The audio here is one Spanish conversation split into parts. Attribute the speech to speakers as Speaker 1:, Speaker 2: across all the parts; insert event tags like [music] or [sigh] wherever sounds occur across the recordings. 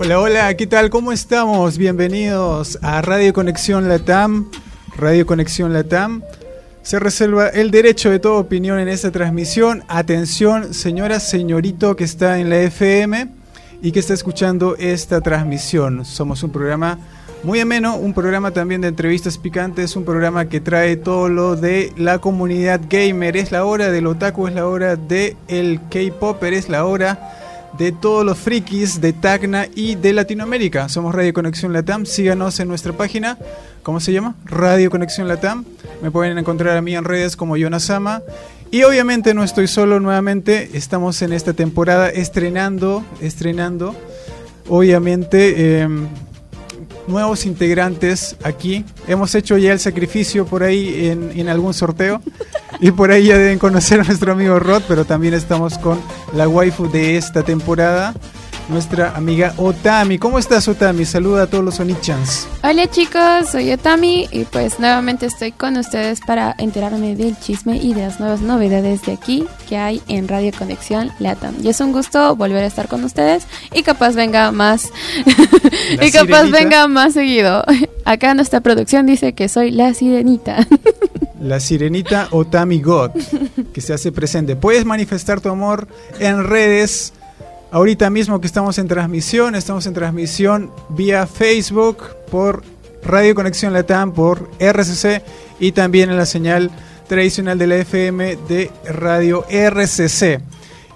Speaker 1: Hola, hola, ¿qué tal? ¿Cómo estamos? Bienvenidos a Radio Conexión Latam. Radio Conexión Latam. Se reserva el derecho de toda opinión en esta transmisión. Atención, señora, señorito que está en la FM y que está escuchando esta transmisión. Somos un programa muy ameno, un programa también de entrevistas picantes, un programa que trae todo lo de la comunidad gamer. Es la hora del otaku, es la hora del el K-Popper, es la hora de todos los frikis de Tacna y de Latinoamérica. Somos Radio Conexión Latam. Síganos en nuestra página. ¿Cómo se llama? Radio Conexión Latam. Me pueden encontrar a mí en redes como Yonasama. Y obviamente no estoy solo nuevamente. Estamos en esta temporada estrenando, estrenando, obviamente, eh, nuevos integrantes aquí. Hemos hecho ya el sacrificio por ahí en, en algún sorteo. Y por ahí ya deben conocer a nuestro amigo Rod, pero también estamos con la waifu de esta temporada, nuestra amiga Otami. ¿Cómo estás, Otami? Saluda a todos los Onichans.
Speaker 2: Hola chicos, soy Otami y pues nuevamente estoy con ustedes para enterarme del chisme y de las nuevas novedades de aquí que hay en Radio Conexión Latam. Y es un gusto volver a estar con ustedes y capaz venga más [laughs] y capaz
Speaker 1: sirenita.
Speaker 2: venga más seguido. [laughs] Acá nuestra producción dice que soy la sirenita. [laughs]
Speaker 1: La sirenita Otami God, que se hace presente. Puedes manifestar tu amor en redes. Ahorita mismo que estamos en transmisión, estamos en transmisión vía Facebook, por Radio Conexión Latam, por RCC y también en la señal tradicional de la FM de Radio RCC.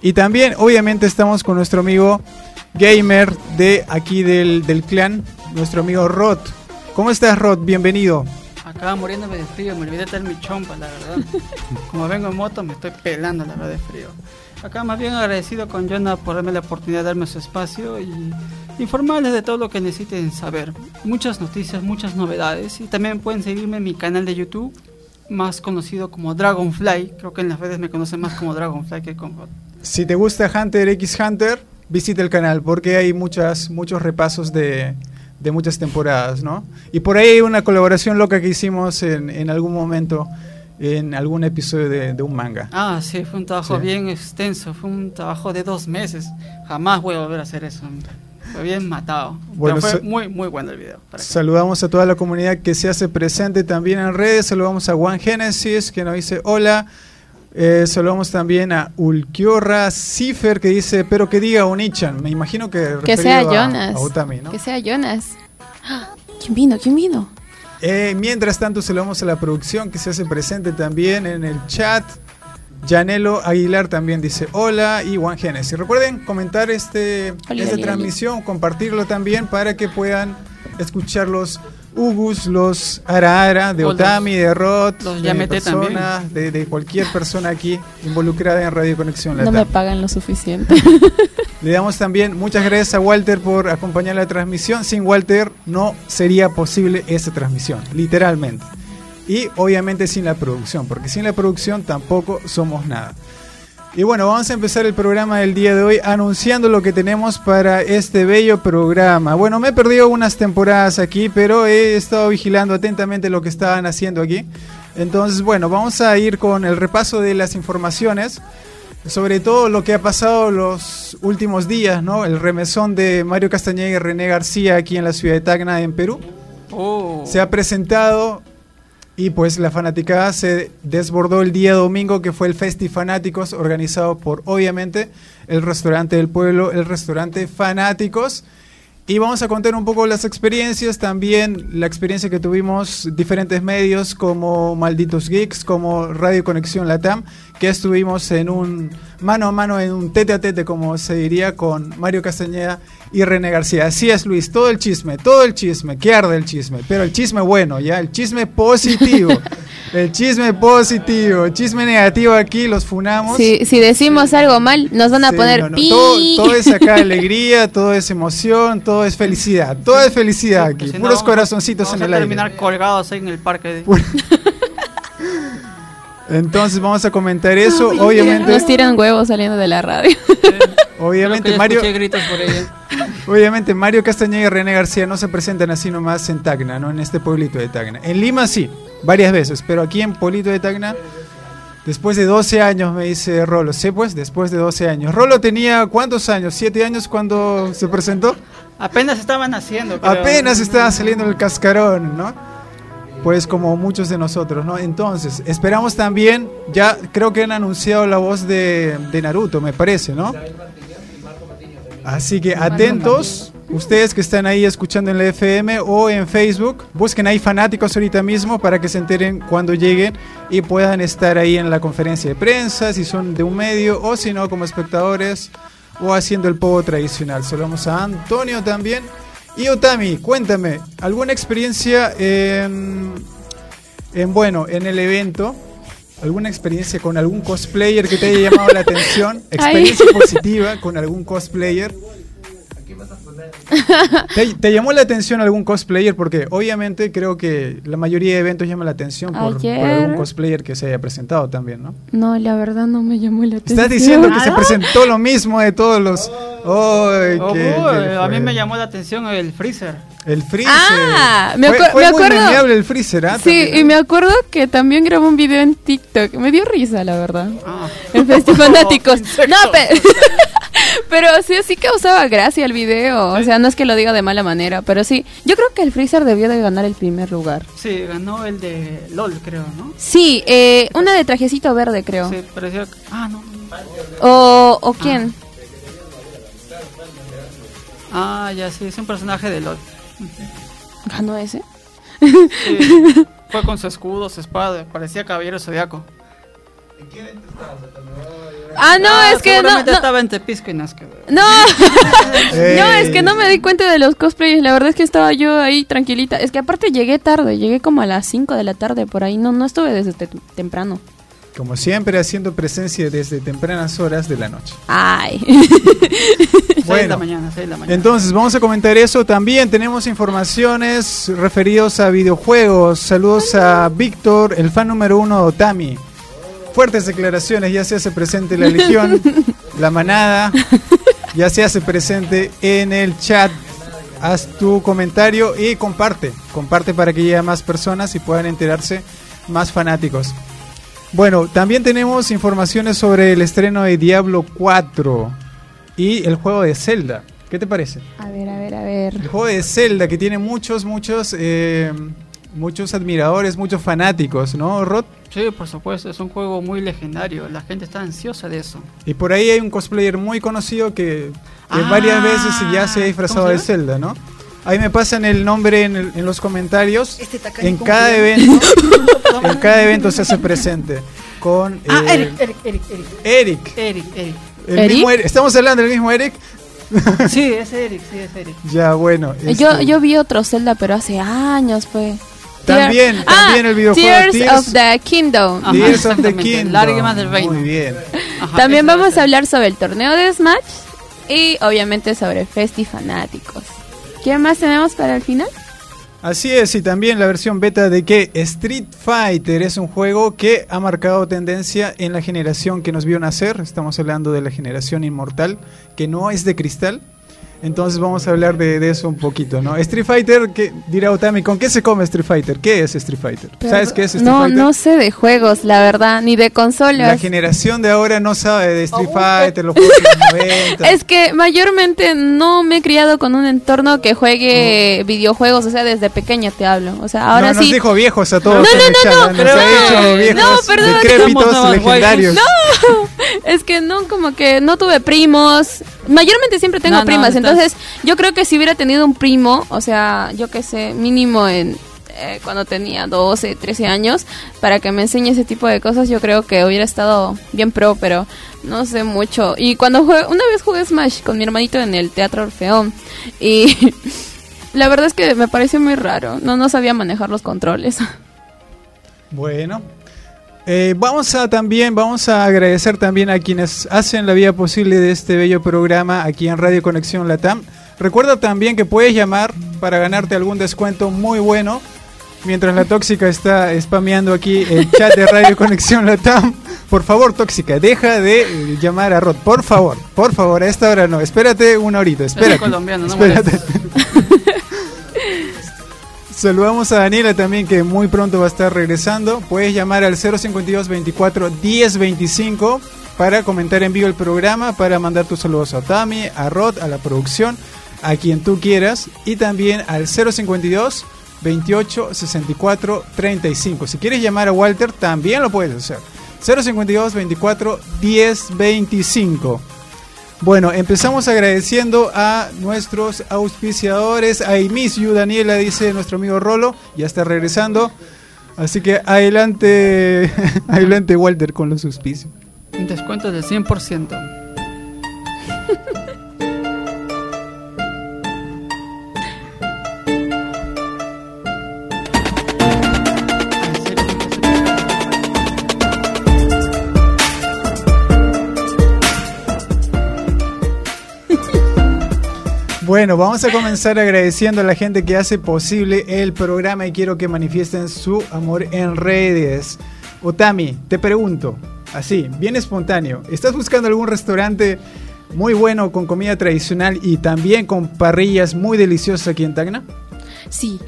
Speaker 1: Y también, obviamente, estamos con nuestro amigo gamer de aquí del, del clan, nuestro amigo Rod. ¿Cómo estás, Rod? Bienvenido.
Speaker 3: Acaba muriéndome de frío, me olvidé traer mi chompa, la verdad.
Speaker 1: [laughs]
Speaker 3: Como vengo en moto, me estoy pelando, la verdad, de frío. Acá más bien agradecido con Jonah por darme la oportunidad de darme su espacio y informarles de todo lo que necesiten saber. Muchas noticias, muchas novedades y también pueden seguirme en mi canal de YouTube, más conocido como Dragonfly. Creo que en las redes me conocen más como Dragonfly que como...
Speaker 1: Si te gusta Hunter x Hunter, visita el canal porque hay muchas, muchos repasos de, de muchas temporadas, ¿no? Y por ahí hay una colaboración loca que hicimos en, en algún momento, en algún episodio de, de un manga.
Speaker 3: Ah, sí, fue un trabajo
Speaker 1: Sí.
Speaker 3: bien extenso, fue un trabajo de dos meses. Jamás voy a volver a hacer eso. Fue bien matado.
Speaker 1: Bueno,
Speaker 3: Pero
Speaker 1: so-
Speaker 3: fue muy, muy bueno el video. para que-
Speaker 1: Saludamos a toda la comunidad que se hace presente también en redes. Saludamos a Juan Genesis que nos dice hola. Eh, saludamos también a Ulquiorra Cifer que dice, pero que diga Unichan. Me imagino que
Speaker 2: que sea
Speaker 1: referido a-
Speaker 2: Jonas.
Speaker 1: a Utami, ¿no?
Speaker 2: Que sea Jonas. [gasps] ¡Ah! ¿Quién vino? ¿Quién vino?
Speaker 1: Eh, mientras tanto, saludamos a la producción que se hace presente también en el chat. Yanelo Aguilar también dice hola y Juan Genesis. Recuerden comentar este,
Speaker 2: Oli,
Speaker 1: esta
Speaker 2: oli,
Speaker 1: transmisión, compartirlo también para que puedan escuchar los Ugus, los Ara Ara, de
Speaker 3: O los-
Speaker 1: Otami, de Rod,
Speaker 3: los
Speaker 1: de,
Speaker 3: Yamete también.
Speaker 1: personas, de, de cualquier persona aquí involucrada en Radio Conexión
Speaker 2: No
Speaker 1: Latam.
Speaker 2: me pagan lo
Speaker 1: [laughs]
Speaker 2: suficiente. [laughs]
Speaker 1: Le damos también muchas gracias a Walter por acompañar la transmisión. Sin Walter no sería posible esta transmisión, literalmente. Y obviamente sin la producción, porque sin la producción tampoco somos nada. Y bueno, vamos a empezar el programa del día de hoy anunciando lo que tenemos para este bello programa. Bueno, me he perdido unas temporadas aquí, pero he estado vigilando atentamente lo que estaban haciendo aquí. Entonces, bueno, vamos a ir con el repaso de las informaciones sobre todo lo que ha pasado los últimos días, ¿no? El remesón de Mario Castañeda y René García aquí en la ciudad de Tacna, en Perú.
Speaker 3: Oh.
Speaker 1: Se ha presentado y pues la fanaticada se desbordó el día domingo que fue el Festi Fanáticos organizado por obviamente el restaurante del pueblo, el restaurante Fanáticos. Y vamos a contar un poco las experiencias, también la experiencia que tuvimos diferentes medios como Malditos Geeks, como Radio Conexión Latam, que estuvimos en un mano a mano, en un tete a tete, como se diría, con Mario Castañeda y René García. Así es, Luis, todo el chisme, todo el chisme, que arde el chisme, pero el chisme bueno, ya, el chisme positivo. El chisme positivo, el chisme negativo aquí, los funamos.
Speaker 2: Si, si decimos algo mal, nos van a
Speaker 1: Sí,
Speaker 2: poner
Speaker 1: no, no,
Speaker 2: pi.
Speaker 1: Todo, todo es acá
Speaker 2: [laughs]
Speaker 1: alegría, todo es emoción, todo es felicidad. Todo es felicidad
Speaker 3: Porque
Speaker 1: aquí,
Speaker 3: si no,
Speaker 1: puros
Speaker 3: vamos a-
Speaker 1: corazoncitos en
Speaker 3: vamos
Speaker 1: el
Speaker 3: a
Speaker 1: aire.
Speaker 3: terminar colgados ahí en el parque. de-
Speaker 1: Pu- Entonces vamos a comentar eso. obviamente,
Speaker 2: Nos tiran huevos saliendo de la radio. [laughs]
Speaker 3: Creo que
Speaker 1: obviamente
Speaker 3: ya
Speaker 1: Mario,
Speaker 3: escuché gritos por ella.
Speaker 1: obviamente Mario Castañeda y René García no se presentan así nomás en Tacna, no en este pueblito de Tacna. En Lima sí, varias veces, pero aquí en pueblito de Tacna después de 12 años me dice Rolo, sí pues, después de 12 años. Rolo tenía ¿cuántos años? ¿Siete años cuando se presentó?
Speaker 3: Apenas estaban haciendo. creo.
Speaker 1: Apenas estaba saliendo el cascarón, ¿no? Pues como muchos de nosotros, ¿no? Entonces, esperamos también, ya creo que han anunciado la voz de, de Naruto, me parece, ¿no? Así que atentos, ustedes que están ahí escuchando en la FM o en Facebook, busquen ahí fanáticos ahorita mismo para que se enteren cuando lleguen y puedan estar ahí en la conferencia de prensa, si son de un medio o si no como espectadores o haciendo el povo tradicional. Saludamos a Antonio también. Y Otami, cuéntame, ¿alguna experiencia en, en, bueno, en el evento? ¿Alguna experiencia con algún cosplayer que te haya llamado la
Speaker 2: [laughs]
Speaker 1: atención? ¿Experiencia positiva con algún cosplayer? ¿Te, te llamó la atención algún cosplayer? Porque obviamente creo que la mayoría de eventos llama la atención por, por
Speaker 2: Ayer.
Speaker 1: algún cosplayer que se haya presentado también, ¿no?
Speaker 2: No, la verdad no me llamó la atención.
Speaker 1: Estás diciendo que se presentó lo mismo de todos los... ¡Ay,
Speaker 3: Oh,
Speaker 1: qué-
Speaker 3: boy,
Speaker 1: qué
Speaker 3: a mí
Speaker 1: fue!
Speaker 3: me llamó la atención el freezer.
Speaker 1: El freezer.
Speaker 2: Ah, me
Speaker 1: Fue-
Speaker 2: acu-
Speaker 1: fue
Speaker 2: me
Speaker 1: muy
Speaker 2: acuerdo.
Speaker 1: memeable el freezer, ¿ah?
Speaker 2: Sí,
Speaker 1: También.
Speaker 2: y me acuerdo que también grabó un video en TikTok. Me dio risa, la verdad.
Speaker 3: Ah.
Speaker 2: En Festifanáticos.
Speaker 3: Insecto.
Speaker 2: no, pe- [laughs] pero sí, sí causaba gracia el video. O sea, no es que lo diga de mala manera, pero sí. Yo creo que el Freezer debió de ganar el primer lugar.
Speaker 3: Sí, ganó el de LOL, creo, ¿no?
Speaker 2: Sí, eh, una de trajecito verde, creo.
Speaker 3: Sí, pareció. Ah, no.
Speaker 2: O, ¿O quién?
Speaker 3: Ah, ya sí, es un personaje de LOL.
Speaker 2: ¿Ganó ese?
Speaker 1: [laughs]
Speaker 3: Sí, fue con su escudo, su espada, parecía caballero zodiaco.
Speaker 2: Ah, no,
Speaker 3: Ah,
Speaker 2: es que no.
Speaker 3: seguramente
Speaker 2: no.
Speaker 3: estaba en Tepisco y nos quedó.
Speaker 2: [laughs] No, no,
Speaker 1: Ey.
Speaker 2: es que no me di cuenta de los cosplayers. La verdad es que estaba yo ahí tranquilita. Es que aparte llegué tarde, llegué como a las 5 de la tarde por ahí. No, no estuve desde te- temprano.
Speaker 1: Como siempre, haciendo presencia desde tempranas horas de la noche.
Speaker 2: Ay. [laughs]
Speaker 3: 6 de
Speaker 1: Bueno.
Speaker 3: la mañana, 6 de la mañana.
Speaker 1: Entonces, vamos a comentar eso. También tenemos informaciones referidos a videojuegos. Saludos a Víctor, el fan número uno de Otami. Fuertes declaraciones, ya se hace presente la Legión, la manada, ya se hace presente en el chat. Haz tu comentario y comparte. Comparte para que llegue a más personas y puedan enterarse más fanáticos. Bueno, también tenemos informaciones sobre el estreno de Diablo 4 y el juego de Zelda. ¿Qué te parece?
Speaker 2: A ver, a ver, a
Speaker 1: El
Speaker 2: ver.
Speaker 1: juego de Zelda que tiene muchos, muchos, eh, muchos admiradores, muchos fanáticos, ¿no, Rod?
Speaker 3: Sí, por supuesto, es un juego muy legendario. La gente está ansiosa de eso.
Speaker 1: Y por ahí hay un cosplayer muy conocido que, que
Speaker 3: Ah,
Speaker 1: varias veces ya se ha disfrazado
Speaker 3: ¿cómo se
Speaker 1: de Zelda, ¿no? Ahí me pasan el nombre en, el- en los comentarios.
Speaker 4: Este tacaño
Speaker 1: en
Speaker 4: con
Speaker 1: cada
Speaker 4: cuidado.
Speaker 1: evento, en cada evento se hace presente con
Speaker 4: Ah,
Speaker 1: eh,
Speaker 4: Eric, Eric, Eric, Eric.
Speaker 1: Eric.
Speaker 3: Eric, Eric.
Speaker 1: El
Speaker 2: ¿Eric?
Speaker 1: mismo Eric. Estamos hablando del mismo Eric.
Speaker 3: Sí, es Eric, sí, es Eric.
Speaker 1: Ya, bueno.
Speaker 2: Eh, Yo,
Speaker 1: este,
Speaker 2: yo vi otro Zelda, pero hace años fue.
Speaker 1: También,
Speaker 2: Tear- ah,
Speaker 1: también el videojuego
Speaker 2: Tears,
Speaker 1: Tears- Ah,
Speaker 2: of the Kingdom.
Speaker 3: Ajá,
Speaker 1: Tears of the
Speaker 3: exactamente,
Speaker 1: Kingdom.
Speaker 3: Lágrimas del Reino.
Speaker 1: Muy bien.
Speaker 3: Ajá,
Speaker 2: también
Speaker 3: ese
Speaker 2: vamos
Speaker 3: es
Speaker 2: a
Speaker 3: el-
Speaker 2: hablar sobre el torneo de Smash y obviamente sobre Festifanáticos. ¿Qué más tenemos para el final?
Speaker 1: Así es, y también la versión beta de que Street Fighter es un juego que ha marcado tendencia en la generación que nos vio nacer. Estamos hablando de la generación inmortal, que no es de cristal. Entonces vamos a hablar de, de eso un poquito, ¿no? Street Fighter, que dirá Otami, ¿con qué se come Street Fighter? ¿Qué es Street Fighter? ¿Sabes qué es Street
Speaker 2: No,
Speaker 1: Fighter?
Speaker 2: no sé de juegos, la verdad, ni de
Speaker 1: la
Speaker 2: consolas.
Speaker 1: generación de ahora no sabe de Street Fighter, los juegos de los 90.
Speaker 2: Oh, [laughs] Es que mayormente no me he criado con un entorno que juegue videojuegos, o sea, desde pequeña te hablo. O sea, ahora
Speaker 1: no,
Speaker 2: sí.
Speaker 1: Nos dijo viejos a
Speaker 2: No,
Speaker 1: todos.
Speaker 2: no,
Speaker 1: en el
Speaker 2: no,
Speaker 1: chat,
Speaker 2: no,
Speaker 1: Nos
Speaker 3: no,
Speaker 1: ha dicho
Speaker 3: no,
Speaker 1: viejos,
Speaker 2: perdón.
Speaker 1: decrépitos,
Speaker 3: Somos nuevas
Speaker 1: legendarios.
Speaker 2: es que no, como que no tuve primos. Mayormente siempre tengo
Speaker 3: No, no,
Speaker 2: primas,
Speaker 3: estás-
Speaker 2: entonces yo creo que si hubiera tenido un primo, o sea, yo qué sé, mínimo en eh, cuando tenía 12, 13 años, para que me enseñe ese tipo de cosas, yo creo que hubiera estado bien pro, pero no sé mucho. Y cuando jugué, una vez jugué Smash con mi hermanito en el Teatro Orfeón y [laughs] [laughs] la verdad es que me pareció muy raro, no, no sabía manejar los controles.
Speaker 1: Bueno. Eh, vamos a también, vamos a agradecer también a quienes hacen la vida posible de este bello programa aquí en Radio Conexión Latam. Recuerda también que puedes llamar para ganarte algún descuento muy bueno. Mientras la tóxica está spameando aquí el chat de
Speaker 3: [laughs]
Speaker 1: Radio Conexión Latam. Por favor, tóxica, deja de eh, llamar a Rod. Por favor, por favor, a esta hora no. Espérate una horita, espérate.
Speaker 3: colombiano, no
Speaker 1: espérate. Saludamos a Daniela también que muy pronto va a estar regresando. Puedes llamar al 052 24 10 25 para comentar en vivo el programa, para mandar tus saludos a Tami, a Rod, a la producción, a quien tú quieras y también al 052 28 64 35. Si quieres llamar a Walter también lo puedes hacer. 052 24 10 25. Bueno, empezamos agradeciendo a nuestros auspiciadores. A I Miss You Daniela, dice nuestro amigo Rolo, ya está regresando. Así que adelante, [laughs] adelante Walter con los auspicios.
Speaker 3: Un descuento del 100%. En serio,
Speaker 1: Bueno, vamos a comenzar agradeciendo a la gente que hace posible el programa y quiero que manifiesten su amor en redes. Otami, te pregunto, así, bien espontáneo, ¿estás buscando algún restaurante muy bueno con comida tradicional y también con parrillas muy deliciosas aquí en Tacna?
Speaker 2: Sí.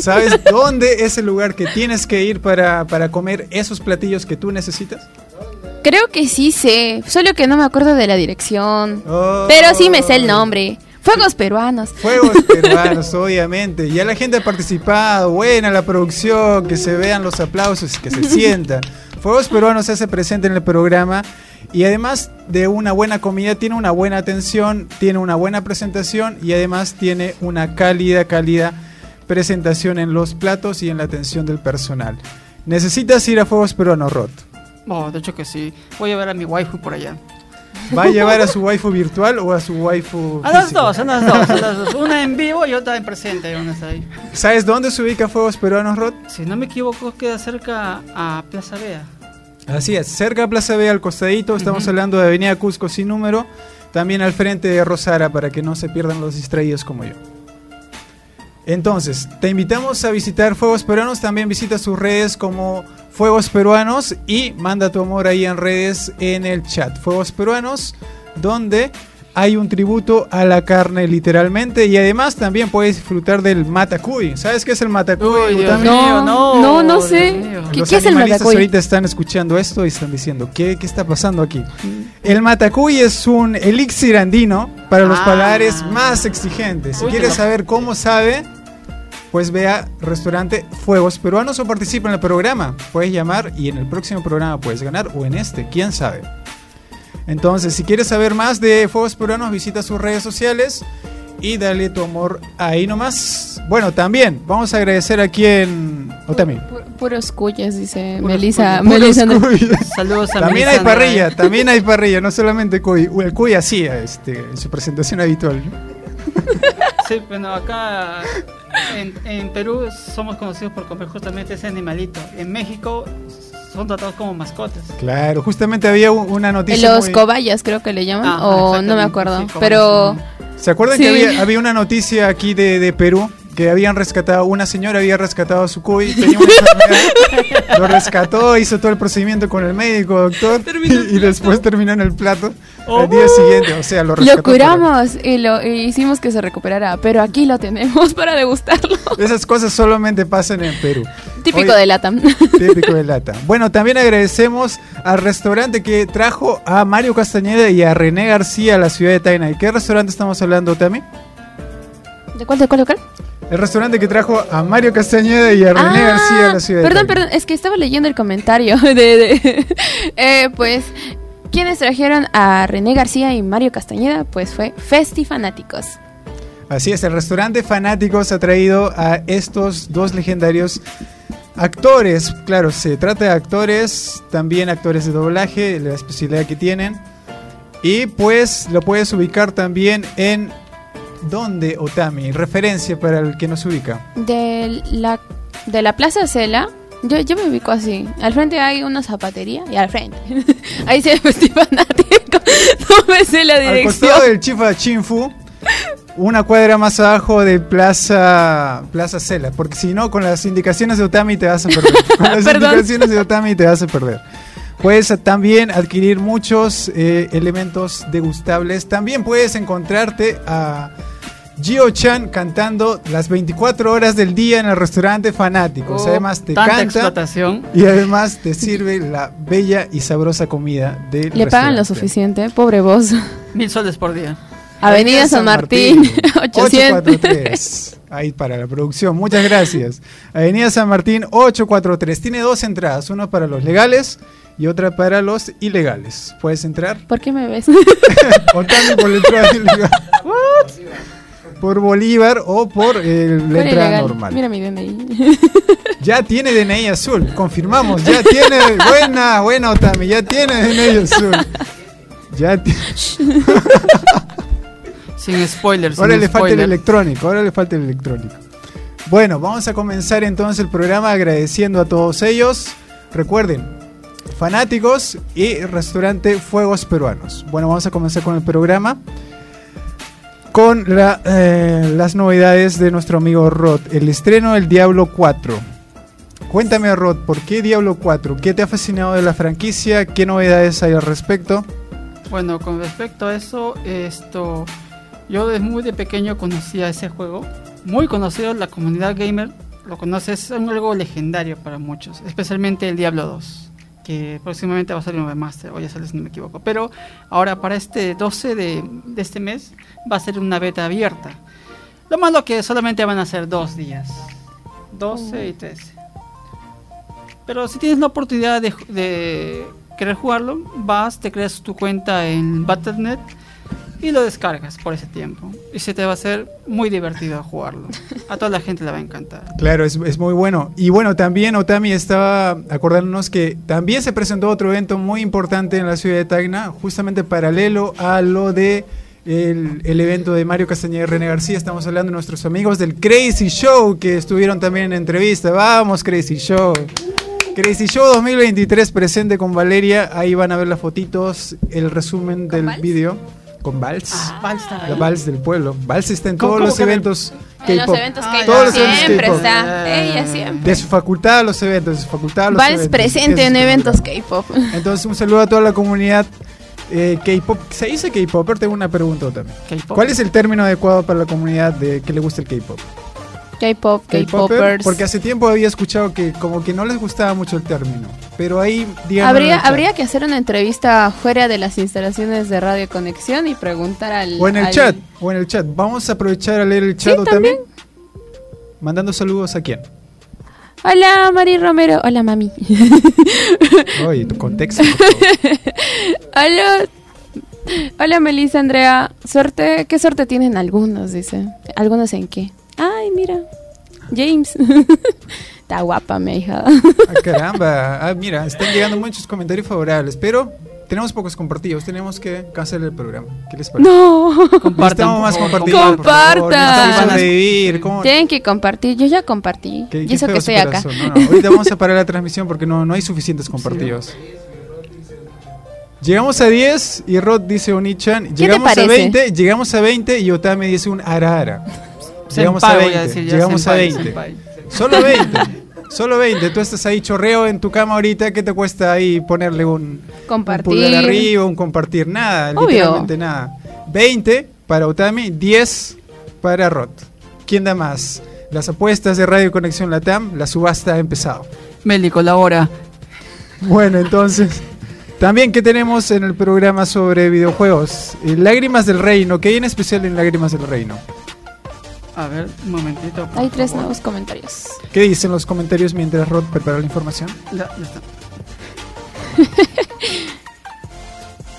Speaker 1: ¿Sabes dónde es el lugar que tienes que ir para, para comer esos platillos que tú necesitas?
Speaker 2: Creo que sí sé, solo que no me acuerdo de la dirección.
Speaker 1: Oh.
Speaker 2: Pero sí me sé el nombre. Fuegos peruanos. [laughs]
Speaker 1: Fuegos peruanos, obviamente. Ya la gente ha participado. Buena la producción, que se vean los aplausos, que se
Speaker 2: [laughs]
Speaker 1: sientan. Fuegos peruanos se hace presente en el programa. Y además de una buena comida, tiene una buena atención, tiene una buena presentación y además tiene una cálida, cálida presentación en los platos y en la atención del personal. Necesitas ir a Fuegos Peruanos, Rod.
Speaker 3: [laughs] Oh, de hecho que sí. Voy a ver a mi waifu por allá.
Speaker 1: ¿Va a llevar a su waifu virtual o a su waifu
Speaker 3: A las
Speaker 1: física?
Speaker 3: dos, a las dos, a [laughs] las dos. Una en vivo y otra en presente. Una está ahí.
Speaker 1: ¿Sabes dónde se ubica Fuegos Peruanos, Rod?
Speaker 3: Si no me equivoco, queda cerca a Plaza Vea.
Speaker 1: Así es, cerca de Plaza B al costadito, estamos
Speaker 3: Ujú.
Speaker 1: hablando de Avenida Cusco sin número, también al frente de Rosara para que no se pierdan los distraídos como yo. Entonces, te invitamos a visitar Fuegos Peruanos, también visita sus redes como Fuegos Peruanos y manda tu amor ahí en redes en el chat, Fuegos Peruanos, donde hay un tributo a la carne literalmente y además también puedes disfrutar del matacuy. ¿Sabes qué es el matacuy? Utami?
Speaker 2: mío, no, no, no
Speaker 3: Dios
Speaker 2: sé.
Speaker 3: mío.
Speaker 2: ¿Qué-
Speaker 1: Los
Speaker 2: qué es el
Speaker 1: animalistas
Speaker 2: matacuy?
Speaker 1: ahorita están escuchando esto y están diciendo, ¿qué, qué está pasando aquí?
Speaker 2: Mm.
Speaker 1: El matacuy es un elixir andino para los
Speaker 3: Ah.
Speaker 1: paladares más exigentes. Si
Speaker 3: Uy,
Speaker 1: quieres
Speaker 3: te lo-
Speaker 1: saber cómo sabe, pues vea restaurante Fuegos Peruanos o participa en el programa. Puedes llamar y en el próximo programa puedes ganar o en este, quién sabe. Entonces, si quieres saber más de Fuegos Peruanos, visita sus redes sociales y dale tu amor ahí nomás. Bueno, también vamos a agradecer aquí en Otami.
Speaker 2: Pu- puros cuyas, dice
Speaker 3: Puros
Speaker 2: Melissa.
Speaker 3: cuyas.
Speaker 2: Melissa no-
Speaker 3: Saludos a
Speaker 1: También hay
Speaker 3: Melissa Andrade.
Speaker 1: parrilla, también hay parrilla, no solamente cuy. El cuy hacía este, en su presentación habitual.
Speaker 3: Sí, bueno, acá en, en Perú somos conocidos por comer justamente ese animalito. En México son tratados como mascotas.
Speaker 1: Claro, justamente había un- una noticia.
Speaker 2: Los
Speaker 1: muy-
Speaker 2: cobayas, creo que le llaman.
Speaker 3: Ajá,
Speaker 2: o no me
Speaker 3: exactamente,
Speaker 2: acuerdo.
Speaker 3: sí, cobayas.
Speaker 2: pero
Speaker 1: ¿Se acuerdan que
Speaker 2: Sí.
Speaker 1: había, había una noticia aquí de, de Perú? Que habían rescatado, una señora había rescatado a su cuy, tenía una
Speaker 2: [laughs]
Speaker 1: enfermedad, lo rescató, hizo todo el procedimiento con el médico, doctor, y, y después terminó en el plato al día siguiente, o sea, lo rescató.
Speaker 2: Oh. lo
Speaker 1: pero-
Speaker 2: curamos y lo y hicimos que se recuperara. Pero aquí lo tenemos [laughs] para degustarlo.
Speaker 1: Esas cosas solamente pasan en Perú.
Speaker 2: Típico
Speaker 1: Oye,
Speaker 2: de Latam.
Speaker 1: Típico de lata. Bueno, también agradecemos al restaurante que trajo a Mario Castañeda y a René García a la ciudad de Tacna. ¿De qué restaurante estamos hablando, Tami?
Speaker 2: ¿De cuál, de cuál, de cuál?
Speaker 1: El restaurante que trajo a Mario Castañeda y a René
Speaker 2: Ah,
Speaker 1: García a la ciudad
Speaker 2: Perdón,
Speaker 1: de Tacna.
Speaker 2: perdón, es que estaba leyendo el comentario [laughs] de... de- eh, pues, quienes trajeron a René García y Mario Castañeda, pues fue Festi Fanáticos.
Speaker 1: Así es, el restaurante Fanáticos ha traído a estos dos legendarios actores. Claro, se trata de actores, también actores de doblaje, la especialidad que tienen. Y pues lo puedes ubicar también en... ¿Dónde, Otami? Referencia para el que nos ubica.
Speaker 2: De la, de la Plaza Cela Yo, yo me ubico así. Al frente hay una zapatería y al frente. [laughs] Ahí se ve este fanático. [laughs] No me sé la
Speaker 1: Al
Speaker 2: dirección.
Speaker 1: costado del Chifa Chinfu, una cuadra más abajo de Plaza Plaza Cela, porque si no, con las indicaciones de Otami te vas a
Speaker 3: [laughs]
Speaker 1: perder. Con las
Speaker 2: Perdón.
Speaker 1: indicaciones de Otami te vas a perder. Puedes también adquirir muchos eh, elementos degustables. También puedes encontrarte a Gio-chan cantando las 24 horas del día en el restaurante Fanáticos.
Speaker 3: Oh,
Speaker 1: además te
Speaker 3: tanta
Speaker 1: este canta
Speaker 3: explotación.
Speaker 1: y además te sirve la bella y sabrosa comida del
Speaker 2: Le pagan lo
Speaker 1: restaurante.
Speaker 2: suficiente, pobre vos.
Speaker 3: Mil soles por día.
Speaker 2: Avenida San Martín, [laughs] 800.
Speaker 1: 843. [laughs] Ahí para la producción, muchas gracias. Avenida San Martín 843. Tiene dos entradas, una para los legales y otra para los ilegales. Puedes entrar. [laughs]
Speaker 2: ¿Por qué me ves?
Speaker 1: O también por la entrada ilegal. Por Bolívar o por eh, la
Speaker 2: Fuera
Speaker 1: entrada
Speaker 2: ilegal.
Speaker 1: normal.
Speaker 2: Mira
Speaker 1: [laughs]
Speaker 2: mi DNI.
Speaker 1: Ya tiene DNI azul, confirmamos. Ya tiene. Buena, buena, Otami. Ya tiene DNI azul. Ya tiene.
Speaker 3: Sin spoilers.
Speaker 1: Ahora
Speaker 3: sin
Speaker 1: le falta el
Speaker 3: spoiler.
Speaker 1: electrónico, ahora le falta el electrónico. Bueno, vamos a comenzar entonces el programa agradeciendo a todos ellos. Recuerden, fanáticos y restaurante Fuegos Peruanos. Bueno, vamos a comenzar con el programa. Con la, eh, las novedades de nuestro amigo Rod, el estreno del Diablo 4. Cuéntame, Rod, ¿por qué Diablo 4? ¿Qué te ha fascinado de la franquicia? ¿Qué novedades hay al respecto?
Speaker 3: Bueno, con respecto a eso, esto, yo desde muy de pequeño conocía ese juego, muy conocido, la comunidad gamer lo conoce, es un- algo legendario para muchos, especialmente el Diablo 2, que próximamente va a salir un remaster, o ya sale si no me equivoco, pero ahora para este 12 de, de este mes va a ser una beta abierta. Lo malo que solamente van a ser dos días, 12 y 13. Pero si tienes la oportunidad de, de querer jugarlo, vas, te creas tu cuenta en Battle.net y lo descargas por ese tiempo. Y se te va a hacer muy divertido jugarlo. A toda la gente le va a encantar.
Speaker 1: Claro, es, es muy bueno. Y bueno, también Otami estaba acordándonos que también se presentó otro evento muy importante en la ciudad de Tacna, justamente paralelo a lo de el, el evento de Mario Castañeda y René García. Estamos hablando de nuestros amigos del Crazy Show que estuvieron también en entrevista. Vamos, Crazy Show. Crazy Show 2023 presente con Valeria. Ahí van a ver las fotitos, el resumen del
Speaker 2: Vals? Ah,
Speaker 1: vídeo con Vals.
Speaker 3: Falta.
Speaker 1: La Vals del pueblo. Vals está en
Speaker 3: ¿Cómo-
Speaker 1: todos
Speaker 3: cómo
Speaker 1: los
Speaker 3: que me-
Speaker 1: eventos.
Speaker 2: En los
Speaker 1: K-pop.
Speaker 2: eventos
Speaker 3: Ah,
Speaker 2: que
Speaker 1: todos los eventos
Speaker 2: siempre
Speaker 1: K-pop.
Speaker 2: está. Ella siempre.
Speaker 1: De su facultad a los eventos, de su facultad a los
Speaker 2: Vals
Speaker 1: eventos.
Speaker 2: presente
Speaker 1: Ese
Speaker 2: en
Speaker 1: es el
Speaker 2: eventos
Speaker 1: programa.
Speaker 2: K-pop. [laughs]
Speaker 1: Entonces, un saludo a toda la comunidad eh, K-pop. ¿Se dice K-pop? Pero tengo una pregunta también. ¿Cuál es el término adecuado para la comunidad de que le gusta el K-pop?
Speaker 2: K-pop,
Speaker 1: ¿K-popper?
Speaker 2: K-popers.
Speaker 1: Porque hace tiempo había escuchado que como que no les gustaba mucho el término. Pero ahí, díganme en
Speaker 2: Habría,
Speaker 1: el chat.
Speaker 2: habría que hacer una entrevista fuera de las instalaciones de Radio Conexión y preguntar al.
Speaker 1: O en el
Speaker 2: al-
Speaker 1: chat, o en el chat. Vamos a aprovechar a leer el chat
Speaker 2: Sí,
Speaker 1: ¿o también. Mandando saludos a quién.
Speaker 2: Hola, Mari Romero. Hola, mami. [laughs]
Speaker 1: Oye, tu contexto. por favor.
Speaker 2: Hola. Hola, Melissa, Andrea. Suerte. ¿Qué suerte tienen algunos? Dice. ¿Algunos en qué? Ay, mira. James. [laughs] Está guapa, mi hija. [laughs]
Speaker 1: Ah, caramba. Ah, mira, están llegando muchos comentarios favorables, pero tenemos pocos compartidos. Tenemos que cancelar el programa. ¿Qué les parece?
Speaker 2: No.
Speaker 1: Necesitamos más compartidos. por
Speaker 2: Compartan.
Speaker 1: favor. Necesitamos
Speaker 3: Compartan.
Speaker 1: sobrevivir. ¿Cómo?
Speaker 2: Tienen que compartir. Yo ya compartí.
Speaker 1: Qué-
Speaker 2: y
Speaker 1: qué
Speaker 2: eso
Speaker 1: feo
Speaker 2: que
Speaker 1: su
Speaker 2: estoy acá.
Speaker 1: corazón. No, no, ahorita vamos a parar la transmisión porque no, no hay suficientes compartidos. Llegamos a 10 y Rod dice Onichan.
Speaker 2: te
Speaker 1: Llegamos a
Speaker 2: parece?
Speaker 1: 20, llegamos a 20 y Otame dice un arara. Llegamos a 20. Llegamos a 20. Solo 20. Solo 20. Tú estás ahí chorreo en tu cama ahorita. ¿Qué te cuesta ahí ponerle un,
Speaker 2: Compartir.
Speaker 1: un pulgar arriba, un compartir? Nada,
Speaker 2: Obvio.
Speaker 1: literalmente nada. 20 para Utami, 10 para Rod. ¿Quién da más? Las apuestas de Radio Conexión Latam, la subasta ha empezado.
Speaker 3: Meli colabora.
Speaker 1: Bueno, entonces, también que tenemos en el programa sobre videojuegos. Eh, Lágrimas del Reino, ¿qué hay en especial en Lágrimas del Reino?
Speaker 3: A ver, un momentito. por
Speaker 2: [laughs] Hay tres
Speaker 3: favor.
Speaker 2: nuevos comentarios.
Speaker 1: ¿Qué dicen los comentarios mientras Rod prepara la información?
Speaker 3: Ya, ya está.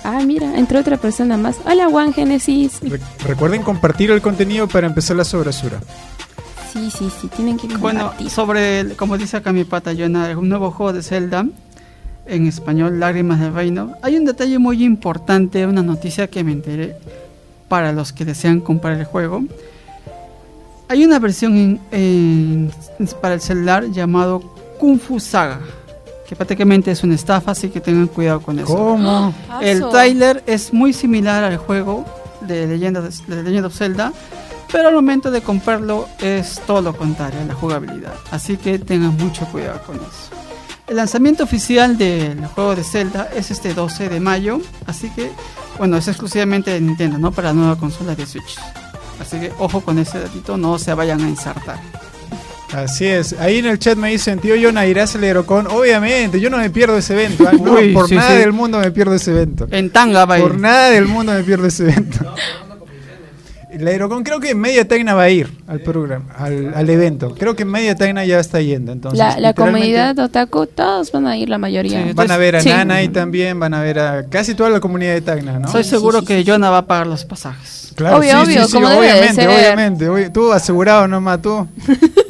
Speaker 2: Ah, mira, entró otra persona más. Hola, Juan Genesis.
Speaker 1: Re- recuerden compartir el contenido para empezar la sobresura.
Speaker 2: Sí, sí, sí, tienen que
Speaker 3: Bueno,
Speaker 2: compartir.
Speaker 3: sobre, el- como dice acá mi pata Jonah, un nuevo juego de Zelda, en español Lágrimas del Reino, hay un detalle muy importante, una noticia que me enteré para los que desean comprar el juego. Hay una versión en- en- para el celular llamado Kung Fu Saga, que prácticamente es una estafa, así que tengan cuidado con eso.
Speaker 1: ¿Cómo?
Speaker 3: El
Speaker 2: Aso.
Speaker 3: tráiler es muy similar al juego de Legend of, de Legend of Zelda, pero al momento de comprarlo es todo lo contrario, la jugabilidad. Así que tengan mucho cuidado con eso. El lanzamiento oficial del juego de Zelda es este 12 de mayo, así que bueno, es exclusivamente de Nintendo, no para la nueva consola de Switch. Así que ojo con ese datito, no se vayan a insertar.
Speaker 1: Así es. Ahí en el chat me dicen, tío Jonah, irás al Aerocon. Obviamente, yo no me pierdo ese evento. ah, no,
Speaker 3: Uy,
Speaker 1: por
Speaker 3: sí,
Speaker 1: nada
Speaker 3: sí. Eh,
Speaker 1: del mundo me pierdo ese evento.
Speaker 3: En tanga, va a ir.
Speaker 1: Por nada del mundo me pierdo ese evento. El Aerocon creo que Media Tecna va a ir al programa, al, al evento. Creo que Media Tecna ya está yendo. Entonces,
Speaker 2: La, la
Speaker 1: literalmente
Speaker 2: comunidad otaku, todos van a ir, la mayoría.
Speaker 3: Sí,
Speaker 1: Van a ver a
Speaker 2: Sí.
Speaker 1: Nana y también van a ver a casi toda la comunidad de Tacna, ¿no?
Speaker 3: Soy
Speaker 2: Sí,
Speaker 3: seguro
Speaker 2: sí,
Speaker 3: que Jonah va a pagar los pasajes.
Speaker 1: Claro,
Speaker 2: Obvio, obvio, como debe de
Speaker 1: obviamente,
Speaker 2: ser.
Speaker 1: obviamente. obvio. Tú asegurado nomás, tú.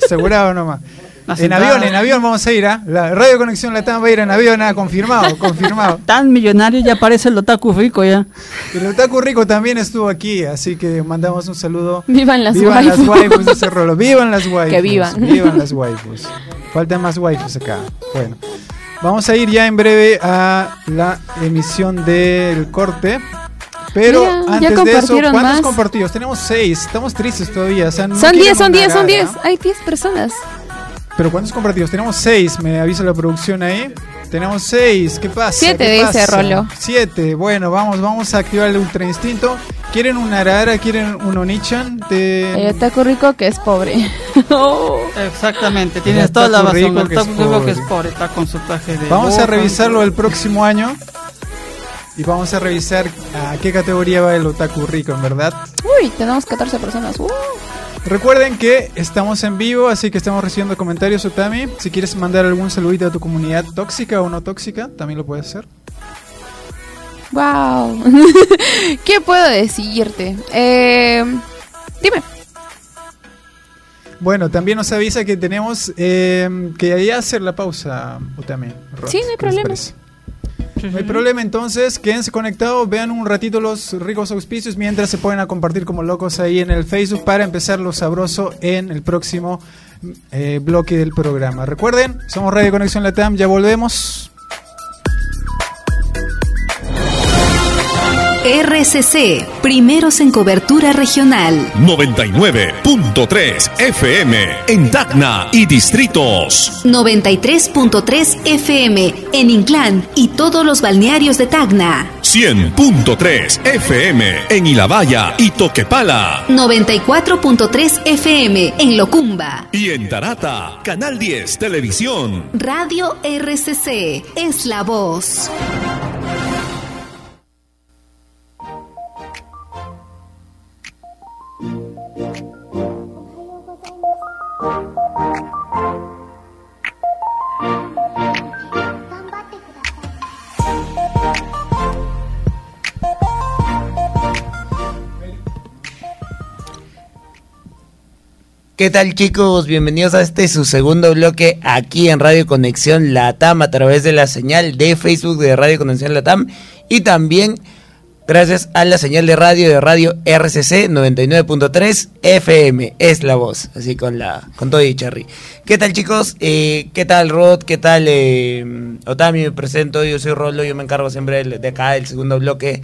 Speaker 1: Asegurado nomás.
Speaker 3: Las
Speaker 1: En
Speaker 3: entradas.
Speaker 1: avión, en avión vamos a ir, ¿ah? La Radio Conexión Latam va a ir en avión, ah, confirmado, confirmado.
Speaker 3: Tan millonario ya parece el otaku rico ya.
Speaker 1: El Otaku Rico también estuvo aquí, así que mandamos un saludo.
Speaker 2: Vivan las
Speaker 1: vivan las
Speaker 2: waifus.
Speaker 1: waifus, dice Rolo, Vivan
Speaker 2: [laughs]
Speaker 1: las waifus.
Speaker 2: vivan.
Speaker 1: Vivan las waifus. Faltan más waifus acá. Bueno, vamos a ir ya en breve a la emisión del corte. Pero
Speaker 2: Mira, ya
Speaker 1: antes de eso,
Speaker 2: compartieron
Speaker 1: ¿cuántos
Speaker 2: más.
Speaker 1: compartidos? Tenemos seis. Estamos tristes todavía. o sea, no
Speaker 2: Son 10,
Speaker 1: quieren
Speaker 2: son 10,
Speaker 1: ganar,
Speaker 2: son 10.
Speaker 1: ¿no?
Speaker 2: Hay 10 personas.
Speaker 1: Pero ¿cuántos compartidos? Tenemos seis, me avisa la producción ahí. Tenemos seis, ¿qué pasa?
Speaker 2: Siete,
Speaker 1: ¿Qué
Speaker 2: dice
Speaker 1: pasa?
Speaker 2: Rolo.
Speaker 1: Siete, bueno, vamos, vamos a activar el Ultra Instinto. ¿Quieren un Arara? ¿Quieren un Onichan?
Speaker 2: El
Speaker 1: De...
Speaker 2: otaku rico que es pobre. [laughs] Oh.
Speaker 3: Exactamente,
Speaker 1: El
Speaker 3: tienes toda la
Speaker 1: otaku
Speaker 3: razón.
Speaker 1: rico
Speaker 3: El
Speaker 1: que es
Speaker 3: otaku rico que es
Speaker 1: pobre.
Speaker 3: pobre está con su traje de.
Speaker 1: Vamos a
Speaker 3: boca.
Speaker 1: revisarlo el próximo año. Y vamos a revisar a qué categoría va el Otaku Rico, en verdad.
Speaker 2: Uy, tenemos 14 personas. Uh.
Speaker 1: Recuerden que estamos en vivo, así que estamos recibiendo comentarios, Otami. Si quieres mandar algún saludito a tu comunidad tóxica o no tóxica, también lo puedes hacer.
Speaker 2: Wow. [laughs] ¿Qué puedo decirte? Eh, dime.
Speaker 1: Bueno, también nos avisa que tenemos eh, que ya hacer la pausa, Utami. Rod,
Speaker 2: Sí, no hay
Speaker 1: ¿qué les
Speaker 2: problema.
Speaker 1: parece?
Speaker 3: Sí, sí,
Speaker 1: No hay
Speaker 3: sí.
Speaker 1: problema, entonces quédense conectados, vean un ratito los ricos auspicios mientras se pueden a compartir como locos ahí en el Facebook para empezar lo sabroso en el próximo eh, bloque del programa. Recuerden, somos Radio Conexión Latam, ya volvemos.
Speaker 4: RCC, primeros en cobertura regional.
Speaker 5: 99.3 FM en Tacna y distritos.
Speaker 4: 93.3 FM en Inclán y todos los balnearios de Tacna.
Speaker 5: 100.3 FM en Ilabaya y Toquepala.
Speaker 4: 94.3 FM en Locumba.
Speaker 5: Y en Tarata, Canal 10 Televisión.
Speaker 4: Radio RCC es la voz.
Speaker 6: ¿Qué tal chicos? Bienvenidos a este su segundo bloque aquí en Radio Conexión Latam a través de la señal de Facebook de Radio Conexión Latam y también gracias a la señal de radio de Radio RCC 99.3 FM. Es la voz, así con la con todo y Charry. ¿Qué tal chicos? Eh, ¿Qué tal Rod? ¿Qué tal eh, Otami? Me presento, yo soy Rolo, yo me encargo siempre del- de acá del segundo bloque.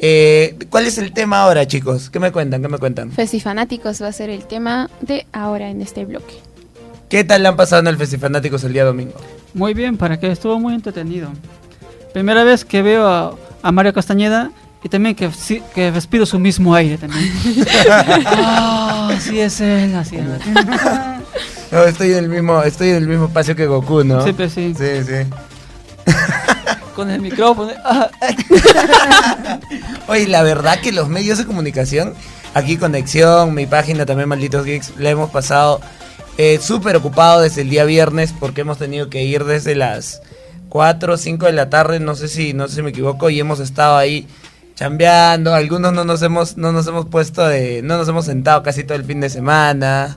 Speaker 6: Eh, ¿Cuál es el tema ahora chicos? ¿Qué me cuentan? ¿Qué me cuentan?
Speaker 2: Pues Fanáticos va a ser el tema de ahora en este bloque.
Speaker 6: ¿Qué tal le han pasado en el Festifanáticos el día domingo?
Speaker 3: Muy bien, para que estuvo muy entretenido. Primera vez que veo a, a Mario Castañeda y también que, sí- que respiro su mismo aire también. Ah, sí es él, así es.
Speaker 6: No, estoy en el mismo, estoy en el mismo espacio que Goku, ¿no?
Speaker 3: Sí, pues, sí.
Speaker 6: Sí, sí.
Speaker 3: Con el micrófono. ah,
Speaker 2: eh.
Speaker 3: ah.
Speaker 6: Oye, la verdad que los medios de comunicación, aquí Conexión, mi página también, Malditos Geeks, la hemos pasado eh, súper ocupado desde el día viernes porque hemos tenido que ir desde las 4 o 5 de la tarde, no sé si, no sé si me equivoco, y hemos estado ahí chambeando, algunos no nos hemos, no nos hemos puesto de, no nos hemos sentado casi todo el fin de semana.